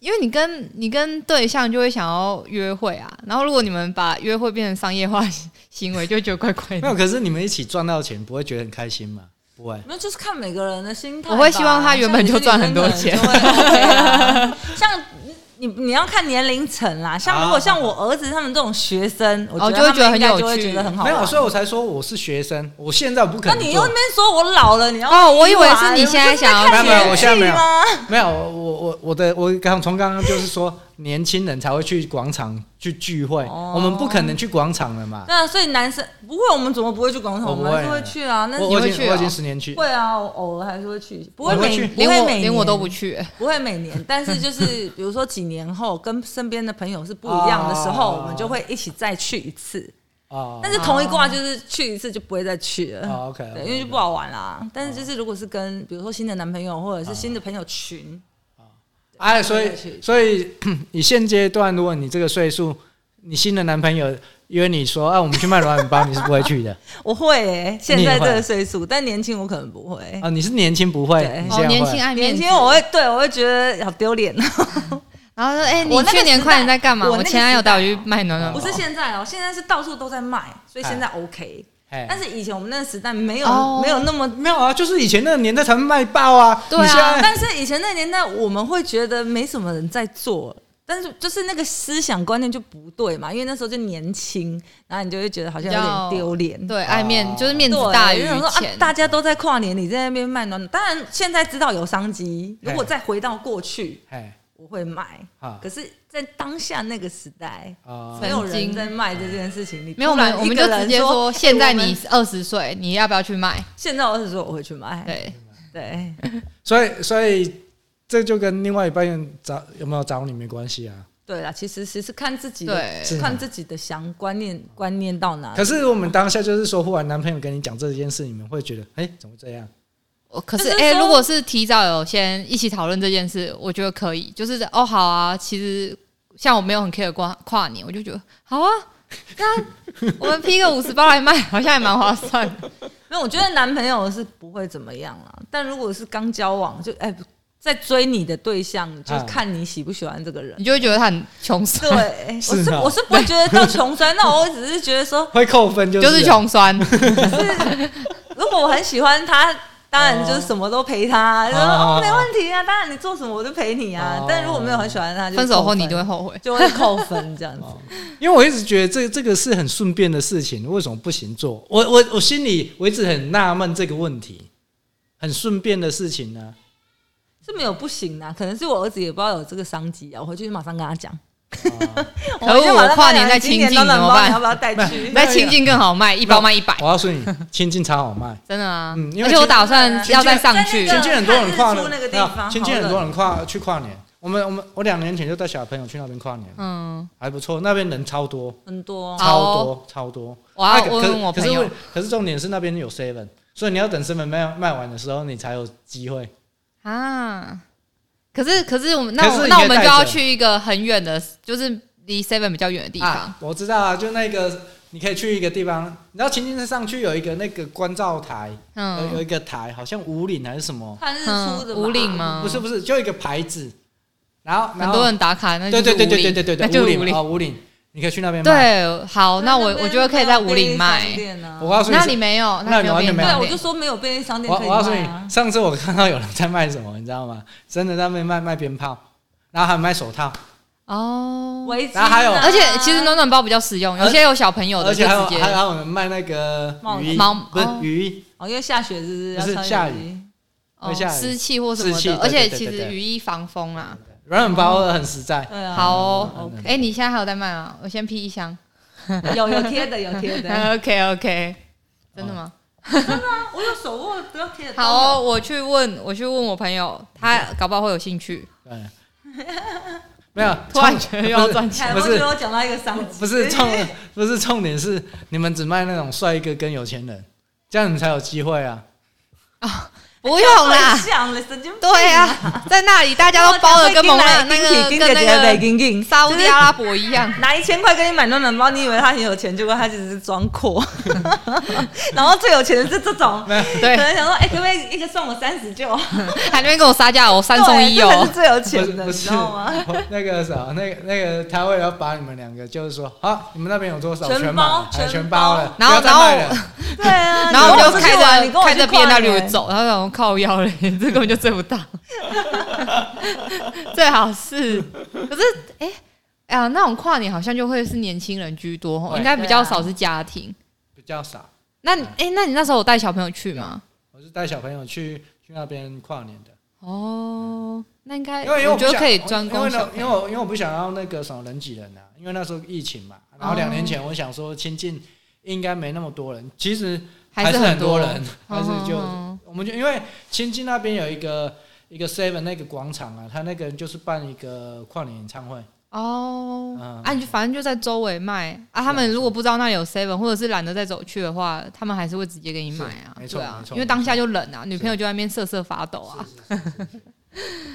C: 因为你跟你跟对象就会想要约会啊，然后如果你们把约会变成商业化行为，就会觉得怪怪
A: 没有。
C: 的。
A: 可是你们一起赚到钱，不会觉得很开心吗？不会。
B: 那就是看每个人的心态吧。
C: 我会希望他原本就赚很多钱
B: 像有些女生可能就会 OK 啊像你你要看年龄层啦，
A: 啊
B: 像如果像我儿子他们这种学生，我
C: 哦
B: 觉得
C: 就会觉得很有
B: 他们应该就会
C: 趣
B: 觉得很好
A: 没
B: 玩。
A: 有，所以我才说我是学生，我现在不可
B: 那
A: 能
B: 你又
A: 做
B: 那边说我老了，你要
C: 哦，我以为是你现在想
A: 啊没有
C: 要
A: 没有，我现在没有
B: 去，吗？
A: 没有，我我我的我刚从刚刚就是说，年轻人才会去广场去聚会，
B: 哦
A: 我们不可能去广场了嘛。
B: 对啊，所以男生不会，我们怎么不会去广场？
A: 我
B: 我
A: 不
B: 们还是
A: 会
B: 会去啊。那
A: 我
B: 你
A: 我
B: 会
A: 已
B: 去
A: 经
B: 哦？
A: 我已经十年去，
B: 会啊，我偶尔还是会去，不
A: 我会
B: 每
A: 去
B: 不
C: 连
B: 会
C: 我
B: 每
C: 连我都
B: 年
C: 不去、欸
B: 不会每年， 但是就是 比如说几年后跟身边的朋友是不一样的时候，
A: 哦
B: 我们就会一起再去一次。
A: 哦，
B: 但是同一卦就是去一次就不会再去了，
A: 哦 OK，
B: 对，因为就不好玩啦。但是就是如果是跟比如说新的男朋友或者是新的朋友群，
A: 哦哎，所
B: 对
A: 以所以 你现阶段，如果你这个岁数，你新的男朋友约你说，啊，我们去卖软包，你是不会去 的
B: 我会欸现
A: 你也
B: 在
A: 会
B: 这个岁数，但年轻我可能不会。
A: 啊，你是年轻不会，
B: 对
A: 你现
C: 哦，
A: 在
C: 年轻
A: 会。
C: 哦爱面
B: 年
C: 子
B: 轻。我会对我会觉得好丢脸啊！
C: 然后说，哎，你
B: 我那个
C: 去年
B: 时代
C: 跨年在干嘛？
B: 我那
C: 我
B: 个
C: 前男友带我去卖暖暖包
B: 不。是现在哦，现在是到处都在卖，所以现在 OK。
A: 哎
B: 但是以前我们那个时代没有
C: 哦
B: 没有那么
A: 没有啊，就是以前那个年代才卖爆啊，
C: 对啊
A: 你现 在
B: 但是以前那年代，我们会觉得没什么人在做，但是就是那个思想观念就不对嘛，因为那时候就年轻，然后你就会觉得好像有点丢脸。
C: 对，爱面
A: 哦
C: 就是面子
B: 对，
C: 大于
B: 有种说啊
C: 钱，。
B: 大家都在跨年，你在那边卖暖暖，当然现在知道有商机。如果
A: 嘿
B: 再回到过去，
A: 哎
B: 我会买。
A: 啊
B: 可是，在当下那个时代，
A: 啊
B: 没有人在卖这件事情。你
C: 没有，我
B: 突然
C: 们我们
B: 一个
C: 就
B: 人
C: 直接
B: 说，
C: 说，现在
B: 哎我
C: 你
B: 们
C: 二十岁，你要不要去卖？
B: 现在我是说我会去买。
C: 对，
B: 对，
A: 所以所以这就跟另外一半找有没有找你没关系啊。
B: 对啦，其实其实看自己的
C: 对
A: 是
B: 看自己的想观念观念到哪里
A: 可是我们当下就是说，忽然男朋友跟你讲这件事，你们会觉得，哎、怎么这 样？
C: 我可
B: 就是是
C: 哎、
B: 说
C: 如果是提早有先一起讨论这件事，我觉得可以。就是哦，好啊，其实像我没有很 care 跨跨年，我就觉得好啊，那我们批个五十包来卖，好像也蛮划算的。
B: 没有，我觉得男朋友是不会怎么样啦。但如果是刚交往，就哎、在追你的对象，就是看你喜不喜欢这个人。
C: 你就会觉得他很穷
B: 对
A: 嗯
B: 我
C: 酸，，
A: 是
B: 是
A: 啊
B: 我是不会觉得到穷酸，那我只是觉得说，
A: 会扣分就是
C: 就
A: 了
C: 是穷酸。
B: 如果我很喜欢他，当然就是什么都陪他，就说
A: 哦
B: 哦没问题啊，当然你做什么我都陪你啊。
A: 哦
B: 但如果没有很喜欢他，就
C: 分手后你就会
B: 会
C: 后悔。
B: 就会扣分这样子。
A: 哦因为我一直觉得这这个是很顺便的事情，为什么不行做？我我我心里我一直很纳闷这个问题，很顺便的事情呢、
B: 是没有不行啊，可能是我儿子也不知道有这个商机啊，我回去马上跟他讲。
C: 可
B: 回去马上跟他
C: 我
B: 讲
C: 跨年在
B: 今
C: 亲近
B: 年
C: 怎
B: 暖
C: 么
B: 包你要
C: 办？
B: 不要带 去？
C: 在亲近更好卖， 一包卖一百，
A: 我告诉你，亲近超好卖，
C: 真的啊！呃
A: 嗯因为
C: 而且我
A: 亲
C: 打算要再上去
B: 在那
A: 亲
B: 个
A: 近很多人跨
B: 啊看日出那个地
A: 年，
B: 方
A: 啊亲近很多人跨去跨年。我们我们我两年前就带小朋友去那边跨年，
C: 嗯，
A: 还不错，那边人超多，
B: 很多
C: 好
A: 超
C: 哦
A: 多超多。
C: 我要
A: 啊可
C: 问问我
A: 可
C: 朋
A: 是
C: 友
A: 问，可是重点是那边有 seven，所以你要等 seven 卖卖完的时候，你才有机会。
C: 啊，可是可是我们那
A: 可是
C: 我
A: 你
C: 那
A: 可以
C: 我们
A: 带
C: 就要
A: 着
C: 去一个很远的，就是离 Seven 比较远的地方
A: 啊。我知道啊，就那个你可以去一个地方，你知道秦岭上去有一个那个观照台，呃有有
C: 嗯，
A: 一个台，好像五岭还是什么，
B: 看日出的吧
C: 嗯五岭？吗？
A: 不是不是，就一个牌子，然后然
C: 很
A: 后
C: 多人打卡，那就
A: 对
C: 是
A: 对对
C: 五
A: 对
C: 岭
A: 对对
C: 那
A: 对，
C: 就
A: 五
C: 是五
A: 岭
C: 岭
A: 啊。五岭，你可以去那边卖。
C: 对，好，那
B: 哦
C: 我我觉得可以在五岭卖。
A: 我
B: 我
A: 告诉你
C: 那，你没有，
A: 那
C: 你没
A: 完全
C: 有
A: 没有
B: 对，啊
C: 便利
B: 我就
C: 店
B: 说没有便利商店
A: 我
B: 可以
A: 我告诉
B: 卖
A: 你
B: 啊，。
A: 上次我看到有人在卖什么，你知道吗？真的在那边卖卖鞭炮，然后还卖手套，
C: 哦。
B: 围巾
A: 然后
B: 啊，
A: 还有
C: 而且其实暖暖包比较实用，有些有小朋友
A: 而
C: 的就
A: 且还有
C: 直接
A: 还有还有人卖那个
B: 帽子
A: 雨衣
C: 毛，
A: 不是
C: 哦
A: 雨衣，
B: 哦，因为下雪是
A: 不
B: 不
A: 是
B: 是要
A: 下
B: 穿雨衣？
C: 哦
A: 会下雨
C: 湿气或什么
A: 湿气
C: 的，而
A: 对
C: 且
A: 对对
C: 其
A: 对
C: 实
A: 对
C: 雨衣防风啊。
A: 软软包很实在。
B: 对啊，
C: 好哦
A: 嗯嗯嗯
C: 哎，你现在还有在卖吗？我先批一箱。
B: 有有贴的，有 贴的，
C: OK OK，真的吗？
B: 我有手握不要贴的。
C: 好哦、我去问，我去问我朋友，他搞不好会有兴趣。
A: 对，没有，
C: 突然
A: 重
C: 觉得要赚
B: 都
C: 钱，
B: 有，
A: 不
B: 哎我
A: 是
B: 觉得我讲到一个商机，
A: 不是重，不是重点是你们只卖那种帅哥跟有钱人，这样你才有机会啊。
C: 不用啦
B: 太。像了，神经病
C: 对， 啊，在那里大家都包的跟蒙娜那个
B: 啊跟
C: 跟那个
B: 个
C: 沙乌地阿拉伯 一样。
B: 拿一千块给你买暖暖包，你以为他很有钱，结果他只是装阔。 然后最有钱的是这种，
C: 对
B: 可，能想说，哎、可不可以一个送我三十就好？
C: 还那边跟我杀价，我三送一
B: 对这才
C: 哦
B: 是。最有
A: 不是
B: 钱的，
A: 不
B: 你
A: 是
B: 知 道吗？，
A: 那个啥，那个那个他为了把你们两个，就是说，好，你们那边有多少
B: 全
A: 全
B: 包
A: 买，哎
B: 全
A: 全包了，
C: 包然后
A: 不要再卖了
B: 对啊，
C: 然后我
B: 你跟
C: 就
B: 出去
C: 开
B: 玩你
C: 着
B: 跟我
C: 开着
B: 去
C: B
B: 跨
C: N
B: 年
C: W 走，然后想说靠腰嘞，这根本就追不到。最好是，可是哎哎呀，那种跨年好像就会是年轻人居多哦，
A: 对
C: 应该比
B: 对
C: 较
B: 啊
C: 少是家庭。
A: 比较少。
C: 那你哎，那你那时候有带小朋友去吗？
A: 我是带小朋友去去那边跨年的，
C: 哦，那应该
A: 因为因为
C: 我
A: 我不
C: 觉得
A: 想
C: 可以专
A: 因为
C: 攻
A: 呢
C: 小，
A: 因为我因为我不想要那个什么人挤人啊，因为那时候疫情嘛，然后两年
C: 哦
A: 前我想说亲近应该没那么多人，其实还
C: 是
A: 是
C: 很
A: 很多人， 还是就
C: 哦
A: 我们就因为亲近那边有一个一个 Seven 那个广场啊，他那个人就是办一个跨年演唱会，
C: 哦，
A: 嗯
C: 啊，你就反正就在周围卖啊。他们如果不知道那里有 seven，或者是懒得再走去的话，他们还是会直接给你买啊。
A: 是没错
C: 对啊
A: 没，错
C: 因为当下就冷啊，女朋友就在那边瑟瑟发抖啊，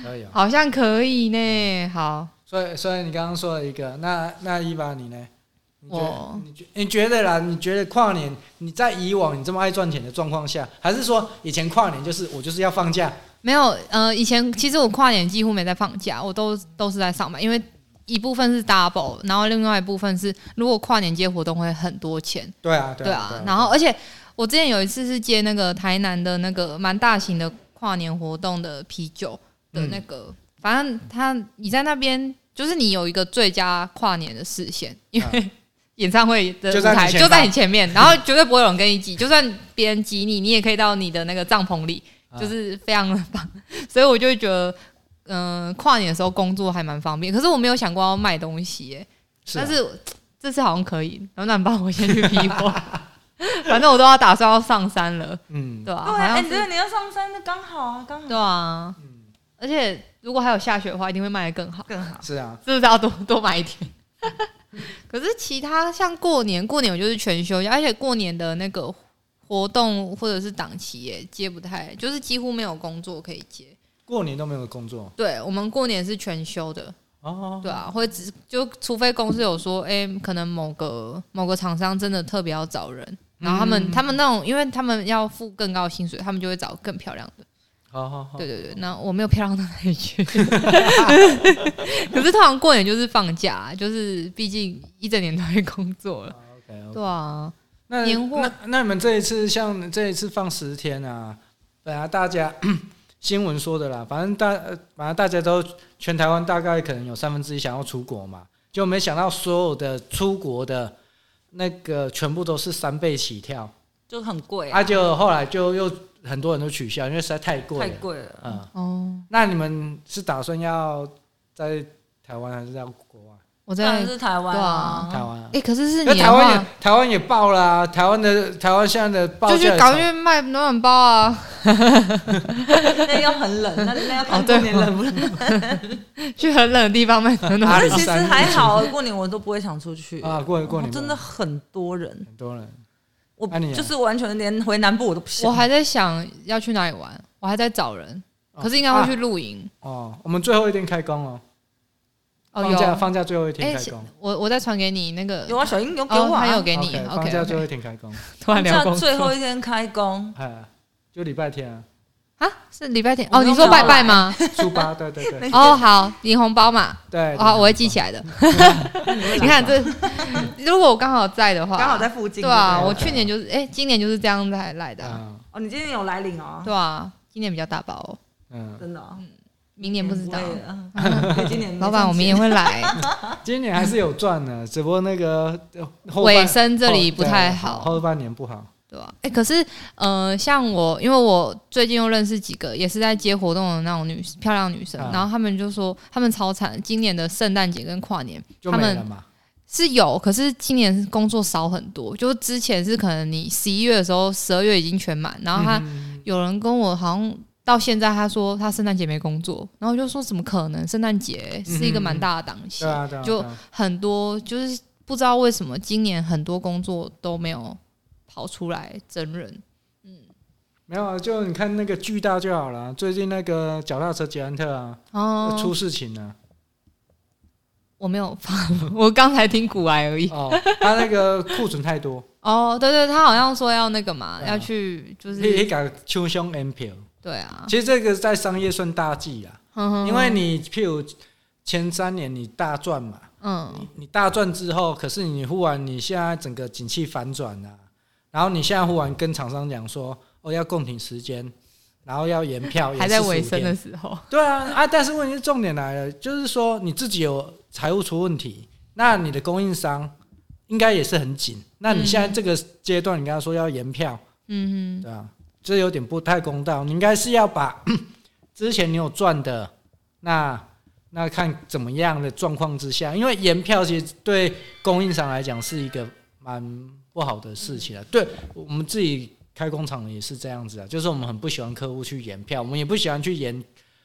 A: 可以啊。
C: 好像可以呢。好，
A: 所以，所以你刚刚说了一个，那那一把你呢？你觉得
C: 我
A: 你觉你觉得啦？你觉得跨年你在以往你这么爱赚钱的状况下，还是说以前跨年就是我就是要放假？
C: 没有，呃，以前其实我跨年几乎没在放假，我都都是在上班，因为一部分是 double，然后另外一部分是如果跨年接活动会很多钱，
A: 对啊，
C: 对啊，然后而且我之前有一次是接那个台南的那个蛮大型的跨年活动的啤酒的那个，反正他你在那边就是你有一个最佳跨年的视线，因为、 演唱会的
A: 就
C: 舞
A: 在你
C: 台
A: 前
C: 啊就在
A: 方
C: 你前面，然后绝对不会有人跟你挤，就算别人挤你，你也可以到你的那个帐篷里，
A: 啊
C: 就是非常的棒。 所以我就会觉得，嗯、跨年的时候工作还蛮方便。可是我没有想过要卖东西、耶。
A: 是啊
C: 但是这次好像可以，然后那你帮我先去批货， 反正我都要打算要上山了，
A: 嗯，
C: 对吧、
B: 对，
C: 好
B: 哎，
C: 像
B: 你
C: 是
B: 这个你要上山，那刚好啊，刚好
C: 对啊，
A: 嗯
C: 而且如果还有下雪的话，一定会卖得更好，
B: 更好。
A: 是啊，
C: 是不是要多多买一点？ 可是其他像过年，过年我就是全休假，而且过年的那个活动或者是档期也接不太，就是几乎没有工作可以接。
A: 过年都没有工作
C: 对我们过年是全休的，
A: 哦，
C: 对啊，会只就除非公司有说，哎、可能某个某个厂商真的特别要找人，然后他
A: 嗯
C: 们、他们那种，因为他们要付更高的薪水，他们就会找更漂亮的。
A: 好好好，
C: 对对对，那我没有漂亮到哪里去。 可是通常过年就是放假，啊就是毕竟一整年都在工作了。
A: ，OK
C: 对啊，
A: 那
C: 年货
A: 那那你们这一次像这一次放十天啊，本来大家新闻说的啦，反正大呃反正大家都全台湾大概可能有三分之一想要出国嘛，就没想到所有的出国的那个全部都是三倍起跳，
B: 就很贵啊，
A: 啊，就后来就又很多人都取消，因为实在太贵
B: 太
A: 了。
B: 贵了。
A: 嗯，
C: 哦，
A: 那你们是打算要在台湾还是在国外？
C: 我
B: 当
C: 在
B: 然啊是台湾
C: 对
A: 台
C: 啊
A: 湾啊
C: 哎、。可是是
A: 那
C: 你的
A: 台湾
C: 话
A: 也，台湾也爆了、啊，台湾的台湾现在的爆
C: 就去
A: 价也
C: 搞
A: 超
C: 去卖暖暖包啊，
B: 那要很冷，那那要看
C: 哦对
B: 过年冷不冷。
C: 去很冷的地方卖暖暖包
A: 阿。里
B: 但其实
A: 山嗯
B: 还好，过年我都不会想出去
A: 啊，过年过
B: 哦
A: 年
B: 真的很多人，
A: 很多人，
B: 我
A: 啊你啊
B: 就是完全连回南部我都不
C: 我
B: 想。
C: 还在想要去哪里玩，我还在找人，
A: 哦
C: 可是应该会去露营。
A: 哦。我们最后一天开工哦，
C: 哦，
A: 放假
C: 有，
A: 放假最后一天
C: 哎
A: 开工，
C: 我我再传给你那个，
B: 有啊，小英有给
C: 哦
B: 我，
C: 他
B: 啊
C: 有。给你
A: OK，放假最后 一
C: ，OK，
A: 天开工，
C: 突然聊
B: 像
C: 工作
B: 最后一天开工，
A: 哎，就礼拜天啊，
C: 啊，是礼拜天
B: 我
C: 哦，
B: 没有
C: 你说拜拜吗？
A: 初 八，对对对
C: 哦，好，领红包嘛，
A: 对，
C: 好，哦我会记起 来的。你看这，如果我刚好在的话，
B: 刚好在附近。
C: 对啊，
B: 不
C: 我去年就是，哎，今年就是这样才来的啊，
A: 嗯
B: 哦，你今天有来领哦，
C: 对啊，今年比较大包哦，
A: 嗯，
B: 真的哦。
C: 明年不知道
B: 会。了，嗯今年
C: 老板，我明
B: 也。
C: 年 会来，
A: 今年还是有赚的，只不过那个呃后半
C: 尾声这里不太
A: 后对后半年不好，
C: 对啊？哎、可是呃，像我，因为我最近又认识几个也是在接活动的那种女漂亮女生，
A: 嗯
C: 然后她们就说她们超惨，今年的圣诞节跟跨年
A: 就
C: 他
A: 没
C: 们
A: 了嘛。
C: 是有，可是今年工作少很多，就之前是可能你十一月的时候，十二月已经全满，然后她
A: 嗯
C: 有人跟我好像。到现在，他说他圣诞节没工作，然后我就说怎么可能？圣诞节
A: 嗯
C: 是一个蛮大的档期，
A: 对啊对啊，
C: 就
A: 对啊
C: 很多就是不知道为什么今年很多工作都没有跑出来真人。
A: 没有啊，就你看那个巨大就好了。最近那个脚踏车捷安特啊，
C: 哦，
A: 出事情了。
C: 我没有发， 我刚才听古癌而已。
A: 哦，他那个库存太 多，
C: 哦，对对，他好像说要那个嘛，
A: 对啊
C: 要去就
A: 你你
C: 是
A: 搞秋胸 M 票，
C: 对啊，
A: 其实这个在商业算大忌啊。
C: 哼哼
A: 因为你譬如前三年你大赚嘛，
C: 嗯，
A: 你大赚之后，可是你忽然你现在整个景气反转了、然后你现在忽然跟厂商讲说，哦要供停时间，然后要延票，
C: 还在尾声的
A: 的，
C: 时候，
A: 对啊啊！但是问题是重点来了，就是说你自己有财务出问题，那你的供应商应该也是很紧，那你现在这个阶段你跟他说要延票，
C: 嗯
A: 对啊，这有点不太公道。你应该是要把 之前你有赚的，那那看怎么样的状况之下，因为延票其实对供应商来讲是一个蛮不好的事情啊。对我们自己开工厂也是这样子啊，就是我们很不喜欢客户去延票，我们也不喜欢去延。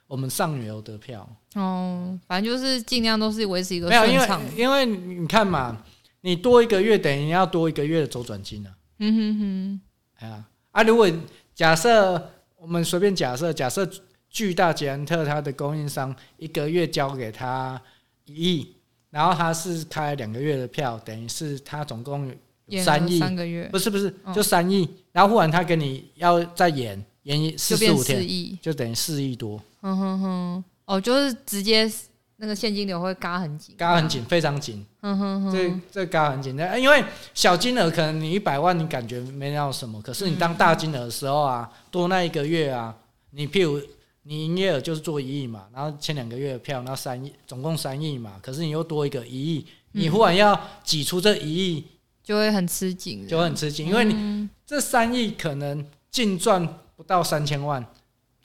A: 我们上游的票，
C: 哦，反正就是尽量都是维持一个
A: 没有，因
C: 顺
A: 为
C: 畅。
A: 因为你看嘛，你多一个月等于要多一个月的周转金啊。
C: 嗯哼哼，
A: 哎呀，啊，如果假设我们随便假设，假设巨大捷安特它的供应商一个月交给他一亿，然后他是开两个月的票，等于是他总共有
C: 演
A: 三
C: 了
A: 亿，
C: 三个月
A: 不是不是，
C: 嗯
A: 就三亿，然后忽然他给你要再演演四
C: 就
A: 十
C: 变
A: 五
C: 四
A: 天，
C: 亿，嗯
A: 就等于四亿多，
C: 哼哼哼，哦，就是直接那个现金流会嘎很紧，嗯
A: 嘎很，紧，非常紧。
C: 哼哼哼，
A: 这这嘎很简单，因为小金额可能你一百万你感觉没到什么，可是你当
C: 嗯
A: 大金额的时候啊，多那一个月啊，你譬如你营业额就是做一亿嘛，然后签两个月的票，然后三亿，总共三亿嘛，可是你又多一个一亿，你
C: 嗯
A: 忽然要挤出这一亿
C: 就会很吃紧，嗯
A: 就很吃惊，因为你
C: 你
A: 这三亿可能净赚不到三千万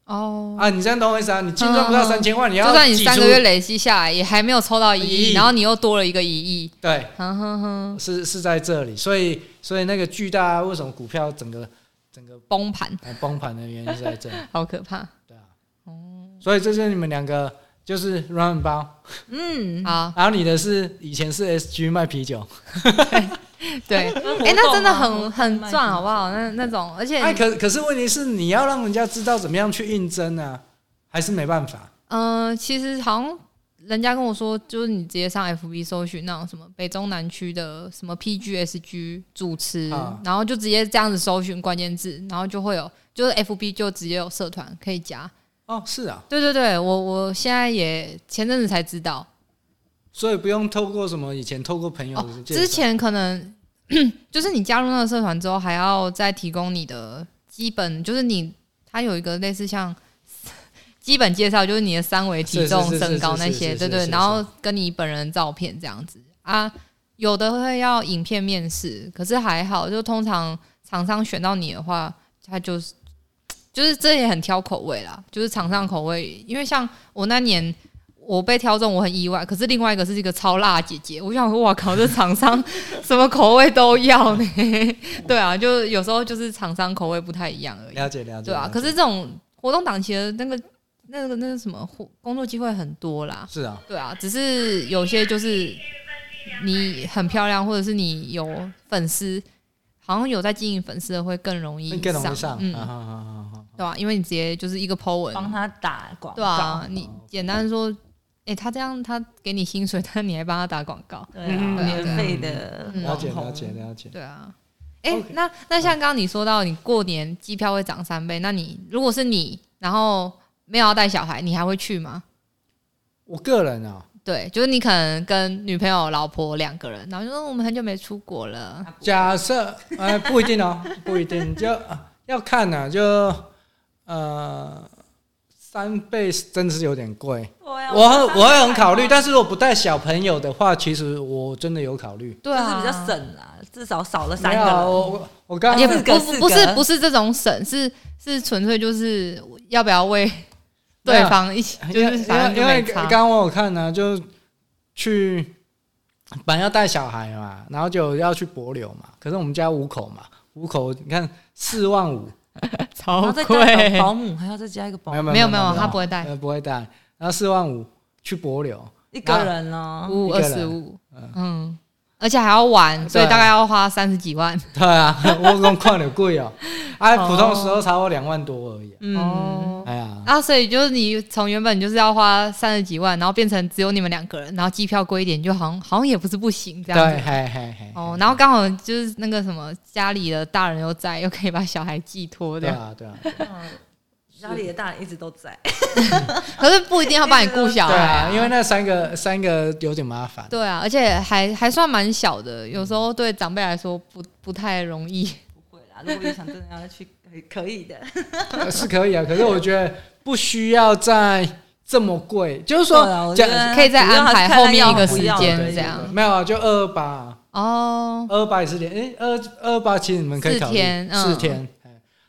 C: 哦，
A: 啊，你这样懂我意思啊？你净赚不到
C: 嗯嗯嗯
A: 三千万，你
C: 就
A: 要
C: 算你
A: 挤
C: 三
A: 出
C: 个月累积下来，也还没有抽到一
A: 一
C: 亿，
A: 亿
C: 然后你又多了一个一亿，
A: 对，
C: 哼哼哼，
A: 是是在这里，所以所以那个巨大啊为什么股票整个整个。
C: 崩盘，
A: 哎崩盘的原因是在这里，
C: 好可怕。
A: 对啊，所以这是你们两个就是 run 包，
B: 嗯，
C: 好，
A: 然后你的是以前是 SG 卖啤酒，
C: 对，哎、
B: 哎
C: 那真的很很赚，好不好？那那种，而且，
A: 哎、可可是问题是你要让人家知道怎么样去应征啊，还是没办法，
C: 嗯、其实好像人家跟我说，就是你直接上 FB 搜寻那种什么北中南区的什么 PGSG 主持，
A: 啊
C: 然后就直接这样子搜寻关键字，然后就会有，就是 FB 就直接有社团可以加。
A: 哦，是啊，
C: 对对对，我我现在也前阵子才知道，
A: 所以不用透过什么以前透过朋友的介绍、
C: 哦之前可能 就是你加入那个社团之后，还要再提供你的基本，就是你它有一个类似像基本介绍，就是你的三围、体重
A: 是是、是
C: 身高那
A: 是是
C: 些，
A: 是
C: 对
A: 是
C: 对，
A: 是
C: 然后跟你本人的照片这样子啊。有的会要影片面试，可是还好，就通常厂商选到你的话，他就是。就是这也很挑口味啦，就是厂商口味，因为像我那年我被挑中，我很意外。可是另外一个是一个超辣的姐姐，我想说，哇靠，这 厂商什么口味都要呢？ 对啊，就有时候就是厂商口味不太一样而已，
A: 了解了解，
C: 对啊。
A: 了解
C: 可是这种活动档期的那个、那个、那个什么活工作机会很多啦，
A: 是啊，
C: 对啊。只是有些就是你很漂亮，或者是你有粉丝，好像有在经营粉丝的会更容易
A: 那更容易上，
C: 嗯，
A: 啊好好好好好
C: 对啊，因为你直接就是一个 po 文，
B: 哦帮他打广告，
C: 对啊，
B: 哦
C: 你简单说，哎、他这样他给你薪水，但你还帮他打广告，
B: 对啊，
A: 嗯
B: 免费的
C: 嗯
A: 了解
B: 网红
A: 了解了解，
C: 对啊。哎、那那像刚刚你说到你过年机票会涨三倍，那你如果是你，然后没有要带小孩，你还会去吗？
A: 我个人啊，
C: 对，就是你可能跟女朋友、老婆两个人，然后就说哦我们很久没出国了，
B: 啊
A: 假设呃不一定哦， 不一定，就、啊要看呢、啊，就呃三倍真的是有点贵，
B: 对啊
A: 我很我会很考虑，
B: 但
A: 但是如果不带小朋友的话，其实我真的有考虑。
C: 对啊，
B: 是比较省啦，至少少了三
A: 没
B: 个
A: 有啊，
B: 人，
A: 我我我刚
C: 哎也
A: 刚
C: 不
B: 四个
C: 不
B: 四
C: 不
B: 个
C: 是不是这种省，是是纯粹就是要不要为对方 一起，
A: 因
C: 就
A: 为
C: 是
A: 因
C: 反
A: 为
C: 正就
A: 因为
C: 没
A: 刚
C: 差
A: 刚我有看呢、就去本来要带小孩嘛，然后就要去博流嘛，可是我们家五口嘛，五口你看四万五，
B: 然
C: 超
B: 后再加一
C: 贵
B: 个，保姆，还要再加一个保
A: 没
B: 姆
A: 有，
C: 没有
A: 有
C: 哦没
A: 没
C: 有他不会带
A: 呃不会带，然后四万五去博流，
B: 一个人哦，
C: 五五
A: 一
C: 二
A: 个
C: 十
A: 人啊
C: 五，嗯，而且还要玩，所以大概要花三十几万。
A: 对啊，我讲看了贵哦，啊
C: 哦
A: 普通时候差我两万多而已、啊
B: 嗯，
C: 哦，
A: 哎呀，
C: 啊，所以就是你从原本就是要花三十几万，然后变成只有你们两个人，然后机票贵一点，就好像好像也不是不行这
A: 对，
C: 样
A: 嘿
C: 子。
A: 嘿嘿，
C: 哦，然后刚好就是那个什么，家里的大人又在，又可以把小孩寄托
A: 对
C: 的，
A: 啊对啊，
B: 家里的大人一直都在，
C: 可是不一定要帮你顾小孩
A: 啊对啊，因为
C: 为
A: 那三个三个有点麻烦。
C: 对啊，而且还还算蛮小的，有时候对长辈来说不不太容易。
B: 不会啦，如果你想真的要去，可以可以的，
A: 呃是可以啊，可是我觉得不需要再这么贵，就是说
B: 对啊我
A: 假
B: 觉得
C: 可以再安排后面一个时
B: 不要
C: 间
B: 而已
C: 这样
A: 没有啊，就二二八，
C: 哦，
A: 二二八也是连诶，二二八其实你们可以考虑
C: 四天嗯
A: 四天。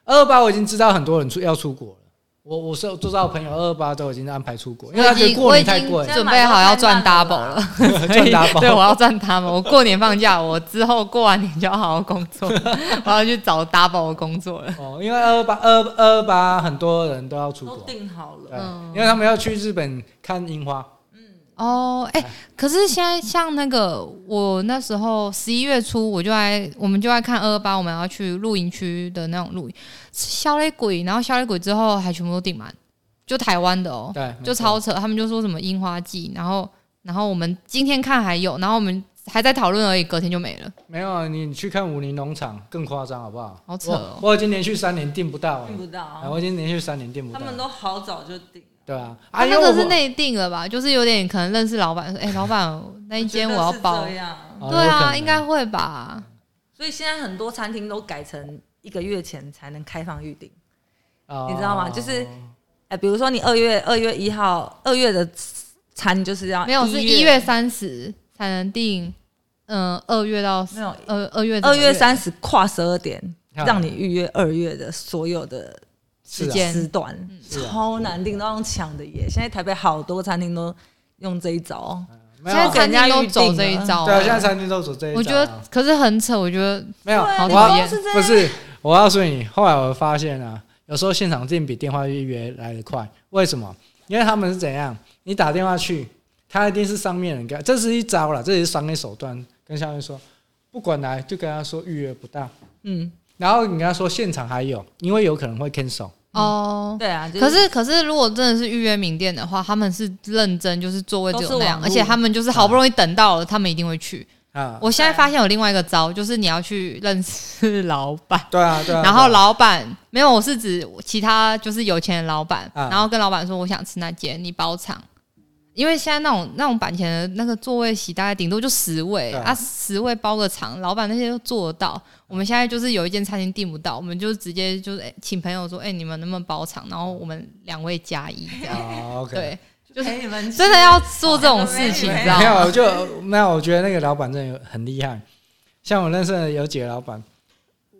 A: 二二八我已经知道很多人出要出国了，我我是周遭的朋友二二八都已经安排出国，因为
C: 我
A: 他觉
C: 已
A: 得
C: 经
A: 过
C: 我已
A: 年太
C: 经
A: 贵，
C: 准备好要赚 double 了，
A: 赚 double
C: 对，我要赚 double。我过年放假，我之后过完年就要好好工作， 我要去找 double 的工作了。
A: 哦，因为二二八二二八很多人都要出
B: 都
A: 国，
B: 定好了。
A: 对
C: 嗯，
A: 因为他们要去日本看樱花，
C: 哦，哎、可是现在像那个，我那时候十一月初我就来，我们就来看二二八，我们要去露营区的那种露营，消雷鬼，然后消雷鬼之后还全部都订满，就台湾的哦，
A: 对，
C: 就
A: 没错
C: 超扯，他们就说什么樱花季，然后然后我们今天看还有，然后我们还在讨论而已，隔天就没了。
A: 没有啊你你去看武林农场更夸张，好不好？
C: 好扯哦
A: 我我已经连续三年订不到了
B: 订，不到，
A: 哎我已经连续三年订不
B: 他
A: 到
B: 们
A: 了，
B: 都好早就定了。
A: 对啊，
C: 他
A: 啊，因
C: 那
A: 为
C: 个
A: 我
C: 是内定了吧？就是有点可能认识老板说，哎、老板 那一间我要
B: 觉
C: 包
B: 得是这，样，啊
A: 哦
C: 对
A: 有可
C: 啊，
A: 能
C: 应该会吧？
B: 所以现在很多餐厅都改成一个月前才能开放预定。
A: 哦
B: 你知道吗就是哎、比如说你二月二月一号，二月的餐就是要
C: 没有，是
B: 一
C: 一月三十才能定，嗯、二月到
B: 没有
C: 呃二月
B: 二月三十跨十二点，
A: 啊
B: 让你预约二月的所有的
A: 是
C: 时
A: 啊
C: 间嗯
B: 时段，
A: 是啊
B: 超难订，都要用抢的耶。现在台北好多餐厅都用这一招，
A: 没
C: 现
A: 有啊，
C: 在餐厅都走这一招、
A: 对啊，现在餐厅都走这一招啊。
C: 我觉得可是很扯，我觉得
A: 没有，
B: 对啊
A: 我
C: 好
B: 你
C: 讨
A: 要
C: 厌
B: 光是这样
A: 不是我告诉你，后来我发现啊，有时候现场订比电话预约来得快，为什么？因为他们是怎样？你打电话去，他一定是上面人给，这是一招啦，这也是商业手段。跟下面说，不管来就跟他说预约不到，
B: 嗯，
A: 然后你跟他说现场还有，因为有可能会 cancel。
C: 哦。
B: 对啊，就
C: 可是，可是，如果真的是预约名店的话，他们是认真，就是座位只有那
B: 都是
C: 样，
B: 网路
C: 而且他们就是好不容易等到了，他们一定会去。
A: 啊，
C: 我现在
B: 对
C: 发现有另外一个招，就是你要去认识 老板，
A: 对啊，对啊。
C: 然后
A: 对啊
C: 老板没有，我是指其他就是有钱的老板，
A: 啊
C: 然后跟老板说我想吃那间，你包场。因为现在那种那种板前的那个座位席大概顶多就十位
A: 对
C: 啊，十位包个场，老板那些都做得到。我们现在就是有一间餐厅订不到，我们就直接就是、哎请朋友说，哎、你们能不能包场？然后我们两位加一这样。
A: 啊，OK。
C: 对，就是
B: 陪你们吃
C: 真的要做这种事情，
B: 没有
C: 你知道
A: 没有，
C: 吗？
A: 我就没有，我觉得那个老板真的很厉害。像我认识的有几个老板，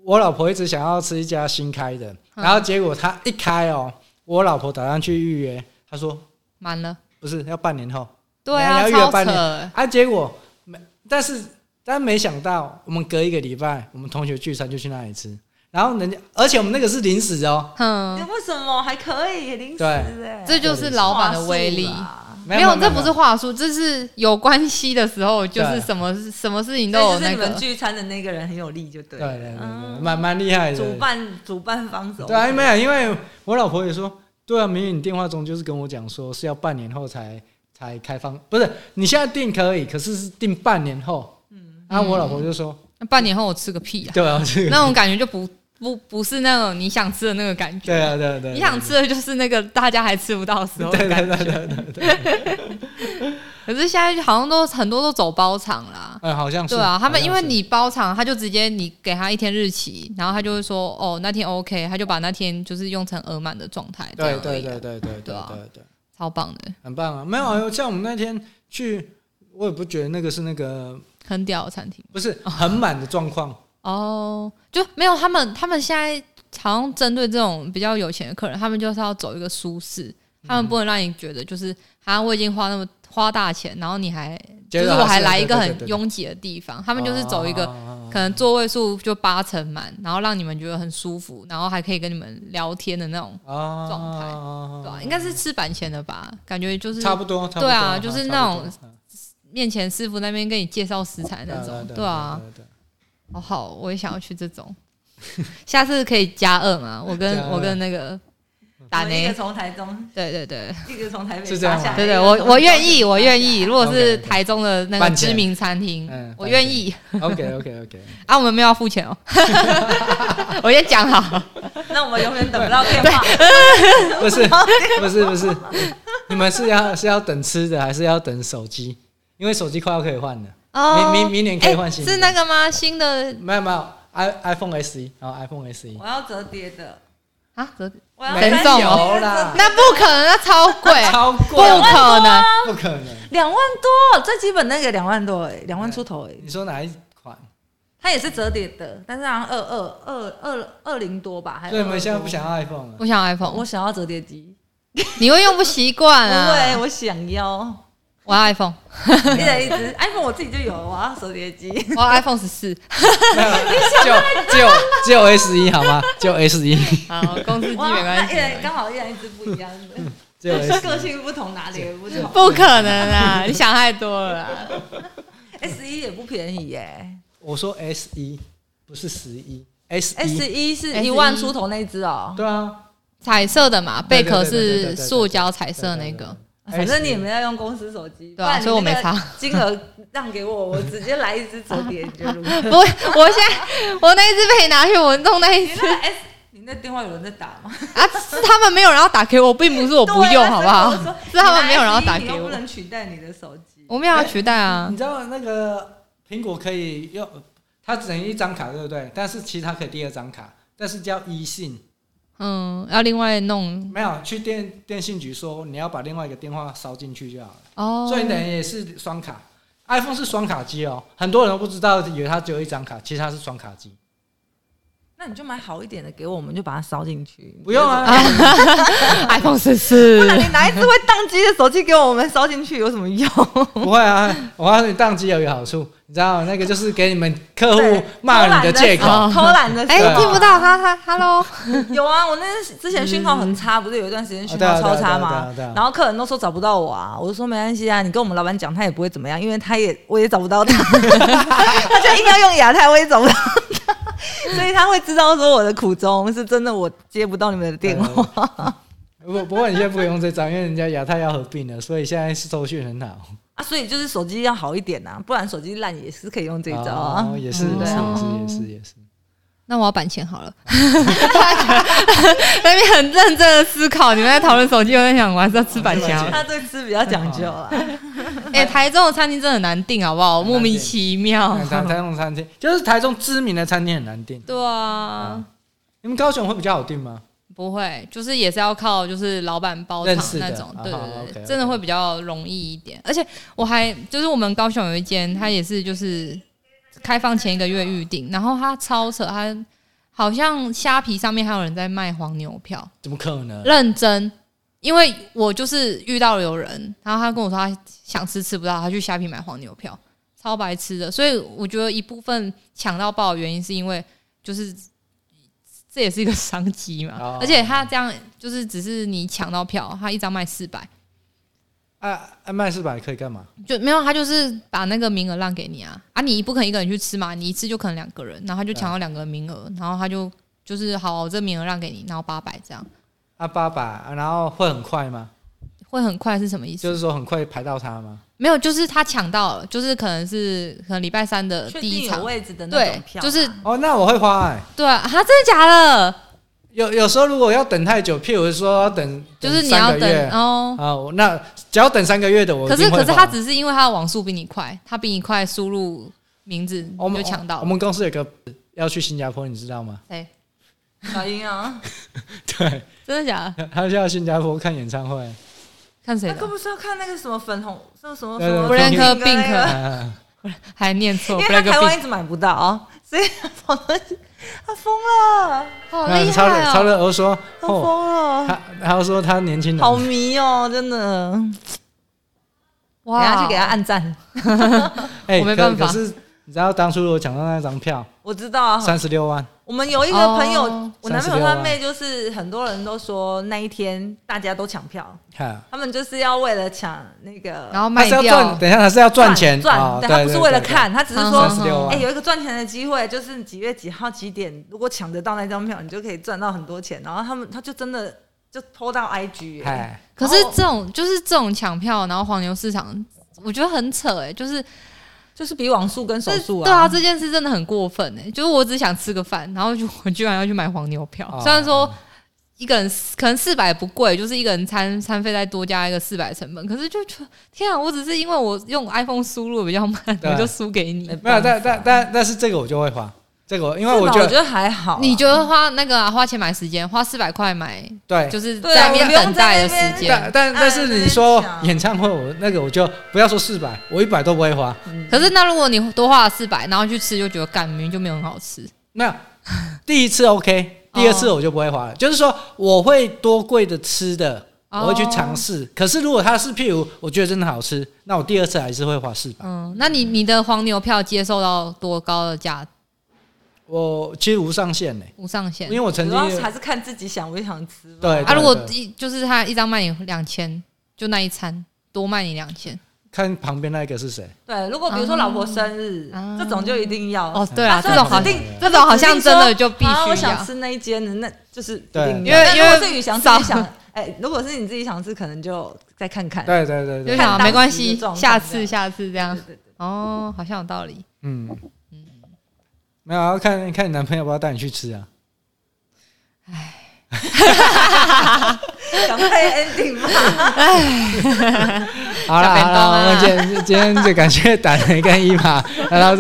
A: 我老婆一直想要吃一家新开的，
C: 嗯
A: 然后结果他一开哦，我老婆打算去预约，他说
C: 满了，
A: 不是要半年后
C: 对
A: 你
C: 啊，
A: 要预约
C: 超
A: 半年
C: 扯，
A: 啊，结果没，但是但没想到我们隔一个礼拜，我们同学聚餐就去那里吃，然后人家而且我们那个是临时的哦，
B: 你
C: 哼，
B: 为什么还可以零食
A: 对
B: 哎？
C: 这就是老板的威力
B: 话。术啦
A: 没
C: 没有，这不是话术，这是有关系的时候，就是
A: 对啊
C: 什么事什么事情都
B: 所以就
C: 有
B: 是
C: 那
B: 你们
C: 个。
B: 聚餐的那个人很有力，就
A: 对
B: 对了。
A: 对对对，
B: 嗯
A: 蛮蛮厉
C: 啊
A: 害的，
B: 主办主办方走。
A: 对啊，没有，因为我老婆也说，对啊，明明你电话中就是跟我讲说是要半年后才才开放，不是你现在定可以，可是是定半年后。嗯，然后我老婆就说，
C: 那嗯半年后我吃个屁呀、
A: 对啊，这个，
C: 那种感觉就不不不是那种你想吃的那个感觉。
A: 对啊，对啊，对啊，
C: 你想吃的就是那个大家还吃不到的时候
A: 对
C: 的
A: 啊，
C: 感
A: 对啊
C: 觉。
A: 对啊对啊对啊，
C: 可是现在好像都很多都走包场啦。
A: 嗯，好像是，
C: 对啊，他们因为
A: 好像是
C: 你包场，他就直接你给他一天日期，然后他就会说哦那天 OK，他就把那天就是用成额满的状态。这
A: 对
C: 样而
A: 对
C: 已
A: 对对对对
C: 对啊
A: 对对，
C: 超棒的，
A: 很棒啊！没有，像我们那天去，我也不觉得那个是那个
C: 很屌的餐厅。
A: 不是很满的状况，
C: 哦，就没有他们，他们现在好像针对这种比较有钱的客人，他们就是要走一个舒适，他们不能让你觉得就是，啊，我已经花那么花大钱，然后你还就
A: 觉
C: 是
A: 得
C: 我还
A: 是
C: 来一
A: 对
C: 个
A: 对对
C: 很
A: 对
C: 拥挤的地方，他们就是走一个
A: 啊啊啊啊
C: 可能座位数就八成满，然后让你们觉得很舒服，然后还可以跟你们聊天的那种，
A: 啊
C: 状态对吧、应该是吃板前的吧，感觉就是
A: 差不多，差不
C: 对啊
A: 多
C: 就是
A: 差
C: 那
A: 不
C: 种
A: 多嗯
C: 面前师傅那边跟你介绍食材那种，对啊。，好哦好，我也想要去这种。 下次可以加二嘛？我跟
A: 加二
C: 我跟那个打
B: 我们一
C: 雷
B: 个，从台中，
C: 对对对
B: 一个从台北
A: 是这样
B: 发下来，
C: 对
B: 一
C: 对，
B: 个
C: 我
B: 从
C: 我
B: 高雄
C: 愿意，
B: 发
C: 我
B: 下
C: 愿
B: 来
C: 意。如果是
A: OK，OK
C: 台中的那个
A: 饭钱
C: 知名餐厅
A: 嗯，
C: 我
A: 饭
C: 愿
A: 钱
C: 意
A: OK OK OK，
C: 啊，我们没有要付钱哦。 我先讲好，
B: 那我们永远等不到电话。
A: 不是不是不是，你们是要是要等吃的，还是要等手机？因为手机快要可以换了，
C: 哦
A: 明明明年可以换新的
C: 哎是那个吗？新的
A: 没有没有，i iPhone SE，然后 iPhone SE，
B: 我要折叠的，
C: 啊？折
B: 我要
C: 没
B: 三
C: 送
B: 折
A: 哦
B: 叠的
A: 啦
C: 那不可能，那 超贵，啊
A: 超
C: 不
A: 贵，啊
C: 可能。
A: 不可能！
B: 两万多，最基本那个两万多哎、两万出头哎、
A: 你说哪一款？
B: 它也是折叠的，但是好像二二二二二零多吧，还
A: 所以你们
B: 22
A: 现在不想
B: 多
A: 要 iPhone 了？
C: 哎我想 iPhone，
B: 我想要折叠机，
C: 你会用不习惯
B: 对，
C: 啊。
B: 我想要，
C: 我要 iPhone，
B: 一人一只 iPhone 我自己就有，我要折叠机。
C: 我要 iPhone 十四。
A: 没有，只有只有只有 S 一好吗？只有 S 一，
C: 好，公司机
B: 哇，
C: 没关
B: 那一
C: 系。
B: 人刚好一人一只不一样的，
C: 嗯
A: 只有 S
B: 个性不同，哪里也不同。
C: 不可能啊！你想太多了啦。
B: S 一也不便宜耶
A: 我说 S 一，不是十一，S 一。
B: ，S 一是
C: S1
B: 一万出头那一只哦。
A: 对啊，
C: 彩色的嘛，贝壳
A: 对对对对对对
C: 是
A: 对
C: 塑胶彩色那个，
B: 反正你也没在用公司手机，
C: 对啊
B: 不然你
C: 所以我没
B: 那个
C: 差
B: 金额让给 我，我直接来一只折叠就录。
C: 不，我现在我那一只被你拿去，我弄那一
B: 你
C: 只
B: 那 S，你那电话有人在打吗？
C: 啊，是他们没有人要打给我，并不 是我不
B: 对
C: 用，
B: 啊
C: 好不
B: 所以我
C: 好
B: 说？
C: 是他们没有人要打
B: 你
C: 给
B: 拿 S1 你又不
C: 我，
B: 能取代你的手机。
C: 我们要取代啊
A: 你。知道那个苹果可以用，它只能一张卡，对不对？但是其实它可以第二张卡，但是叫一信，
C: 嗯，要另外弄
A: 没有去电电信局说你要把另外一个电话烧进去就好了，
C: 哦
A: 所。以等于也是双卡。iPhone 是双卡机哦，很多人都不知道，以为它只有一张卡，其实它是双卡机。
B: 那你就买好一点的给我，我们就把它烧进去。
A: 不用，啊，
C: iPhone 十
B: 不
C: 四
B: 然， 你拿一只会宕机的手机给我们烧进去有什么 用？
A: 不会啊，我告诉你，宕机有一个好处，你知道吗那个就是给你们客户
B: 对
A: 骂你的借
C: 偷懒
A: 口。
C: 哦
B: 偷懒的时
C: 哎
B: 候，
A: 对啊
C: 听不到，哈哈，Hello，
B: 有啊，我那之前讯号很差，不是有一段时间讯号超差
A: 啊对啊对啊对啊
B: 吗
A: 对啊？
B: 然后客人都说找不到我啊，我就说没关系啊，你跟我们老板讲，他也不会怎么样，因为他也我也找不 到他，他就硬要用亚太，我也找不到他， 所以他会知道说我的苦衷是真的，我接不到你们的电话。
A: 不不过你现在不可以用这张，因为人家亚太要合并了，所以现在是收讯很好。
B: 啊，所以就是手机要好一点啊，不然手机烂也是可以用这一招啊。
A: 哦也是
B: 嗯
A: 也是
B: 对啊
A: 也是也是也是。
C: 那我要版钱好了。那边很认真的思考，你们在讨论手机，我在想，我还是要吃版钱好了。
B: 他对吃比较讲究啊，
C: 哎、台中的餐厅真的很难订，好不好？
A: 很难订
C: 莫名其妙。
A: 台台中餐厅就是台中知名的餐厅很难订，
C: 对
A: 嗯
C: 啊，
A: 你们高雄会比较好订吗？
C: 不会，就是也是要靠就是老板包
A: 认
C: 场
A: 识的
C: 那种
A: 啊，
C: 对
A: 好
C: 对对，
A: OK，OK
C: 真的会比较容易一点。而且我还就是我们高雄有一间，它也是就是开放前一个月预定，然后它超扯，它好像虾皮上面还有人在卖黄牛票，
A: 怎么可能？
C: 认真。因为我就是遇到有人，然后他跟我说他想吃吃不到，他去虾皮买黄牛票，超白痴的。所以我觉得一部分抢到爆的原因是因为就是这也是一个商机嘛，
A: 哦
C: 而且他这样就是只是你抢到票，他一张卖四百，
A: 啊，啊卖四百可以干嘛？
C: 就没有他就是把那个名额让给你啊啊，你不可能一个人去吃嘛，你一次就可能两个人，然后他就抢到两个名额，然后他就就是好这名额让给你，然后八百这样
A: 啊八百，啊然后会很快吗？
C: 会很快是什么意思？
A: 就是说很快排到它吗？
C: 没有，就是他抢到了，就是可能是可能礼拜三的
B: 确
C: 第一
B: 定有
C: 场，
B: 位置的那
C: 对
B: 种，票啊，
C: 就是
A: 哦，那我会花哎。
C: 对啊，啊真的假的？
A: 有有时候如果要等太久，譬如说要等
C: 就是你
A: 三
C: 要
A: 个
C: 等
A: 月
C: 哦。
A: 啊，我那只要等三个月的我一
C: 可
A: 定
C: 是
A: 会
C: 可
A: 花。
C: 是他只是因为他的网速比你快，他比你快输入名字你
A: 我们
C: 就抢到
A: 我
C: 了。
A: 们公司有个要去新加坡，你知道 吗？
C: 哎，
B: 小英啊，
A: 对，
C: 真的假的？
A: 他就要新加坡看演唱 会。
C: 看谁
B: 那
C: 的
B: 个？不是要看那个什么粉红，什么什么
A: 对
B: 什么
A: 对对
C: Blank
B: 那个
C: Pink
B: 那个
A: 啊
C: 还念错
B: 因为他
C: ，Black
B: 台湾
C: Pink，
B: 一直买不到啊，所以他跑到他疯了，
C: 好
A: 那
C: 厉
A: 超人
C: 害
A: 超
C: 哦！
A: 人欧说，
B: 他
A: 哦，
B: 疯了，
A: 他他说他年轻人，
B: 好迷哦，真的，等
C: 哇，
B: 下去给他，按赞，
A: 哎
C: 我没
A: 可
C: 办法
A: 可是你知道当初我抢到那张票
B: 我知道啊。
A: 三十六万，
B: 我们有一个朋友
C: 哦，
B: 我男朋友
A: 36
B: 他
A: 万
B: 妹就是很多人都说那一天大家都抢票，
A: 哈，
B: 他们就是要为了抢那个
C: 然后
A: 他
C: 卖
A: 是要
C: 掉
A: 赚，。等一下他是要赚钱
B: 赚，
A: 啊，
B: 对他不是为了看，他只是说
C: 嗯嗯嗯
A: 36
B: 哎、
A: 万，
B: 有一个赚钱的机会，就是几月几号几点，如果抢得到那张票，你就可以赚到很多钱。然后他们他就真的就抛到 IG，、欸、
A: 哎，
C: 可是
B: 然后
C: 这种就是这种抢票，然后黄牛市场，我觉得很扯哎，就是
B: 就是比网速跟手
C: 这
B: 速
C: 对啊，
B: 啊，
C: 这件事真的很过分哎、就是我只想吃个饭，然后就我居然要去买黄牛票，
A: 哦
C: 虽然说。一个人可能四百不贵，就是一个人餐餐费再多加一个四百成本，可是就觉得天啊！我只是因为我用 iPhone 输入比较慢，
A: 对
C: 我就输给你
B: 没。
A: 没有，但但但但是这个我就会花，这个，因
B: 因
A: 为我觉
B: 我
A: 得
B: 得还好啊、
C: 你觉得花那个啊、花钱买时间，花四百块买，
A: 对，
C: 就是
B: 对啊
C: 在
B: 我
C: 那边
B: 不用
C: 等待的
B: 在那边
C: 时
A: 但
C: 间。
A: 但但是你
B: 哎
A: 说
B: 那边想
A: 演唱会，我那个我就不要说四百，我一百都不会花。
C: 可是那如果你多花了四百，然后去吃，就觉得干明明就没有很好吃。
A: 那第一次 OK，第
B: 哦
A: 二次我就不会花了。就是说我会多贵的吃的，我会去尝
C: 试。
B: 哦
A: 试。可是如果它是譬如我觉得真的好吃，那我第二次还是会花四百。
C: 嗯，那你你的黄牛票接受到多高的价
A: 我其实无上限呢、
C: 无上限
A: 因？为我曾
B: 主要
A: 经
B: 还是看自己想不想吃吧。
A: 对
C: 啊，如果
A: 对
C: 一就是他一张卖你两千，就那一餐多卖你两千。
A: 看旁边那个是谁，
B: 对，如果比如说老婆生日，
C: 啊
B: 这种就一定要。
C: 哦，对啊，
B: 他
C: 这
B: 说
C: 种好
B: 指定
C: 这种好像真的就必须
B: 啊，我
C: 要
B: 想。吃那一间的，那就是一
A: 对
B: 定
A: 因
B: 要
C: 为
B: 但
C: 因为
B: 如果是你想自己想，哎，如果是你自己想吃，可能就再看看。
A: 对对对
C: 就
A: 对，
C: 想
B: 看当时
C: 啊
B: 的
C: 没关系，
B: 状况
C: 下
B: 这
C: 次
B: 样
C: 下次这样
B: 对对对。
C: 哦，好像有道理。
A: 嗯，没有要看看你男朋友要不要带你去吃啊？
B: 赶快 ending 吧。
A: 好了
C: 小便
A: 好
C: 当
A: 了，
C: 啊
A: 我们今天今天就感谢胆雷跟伊玛来到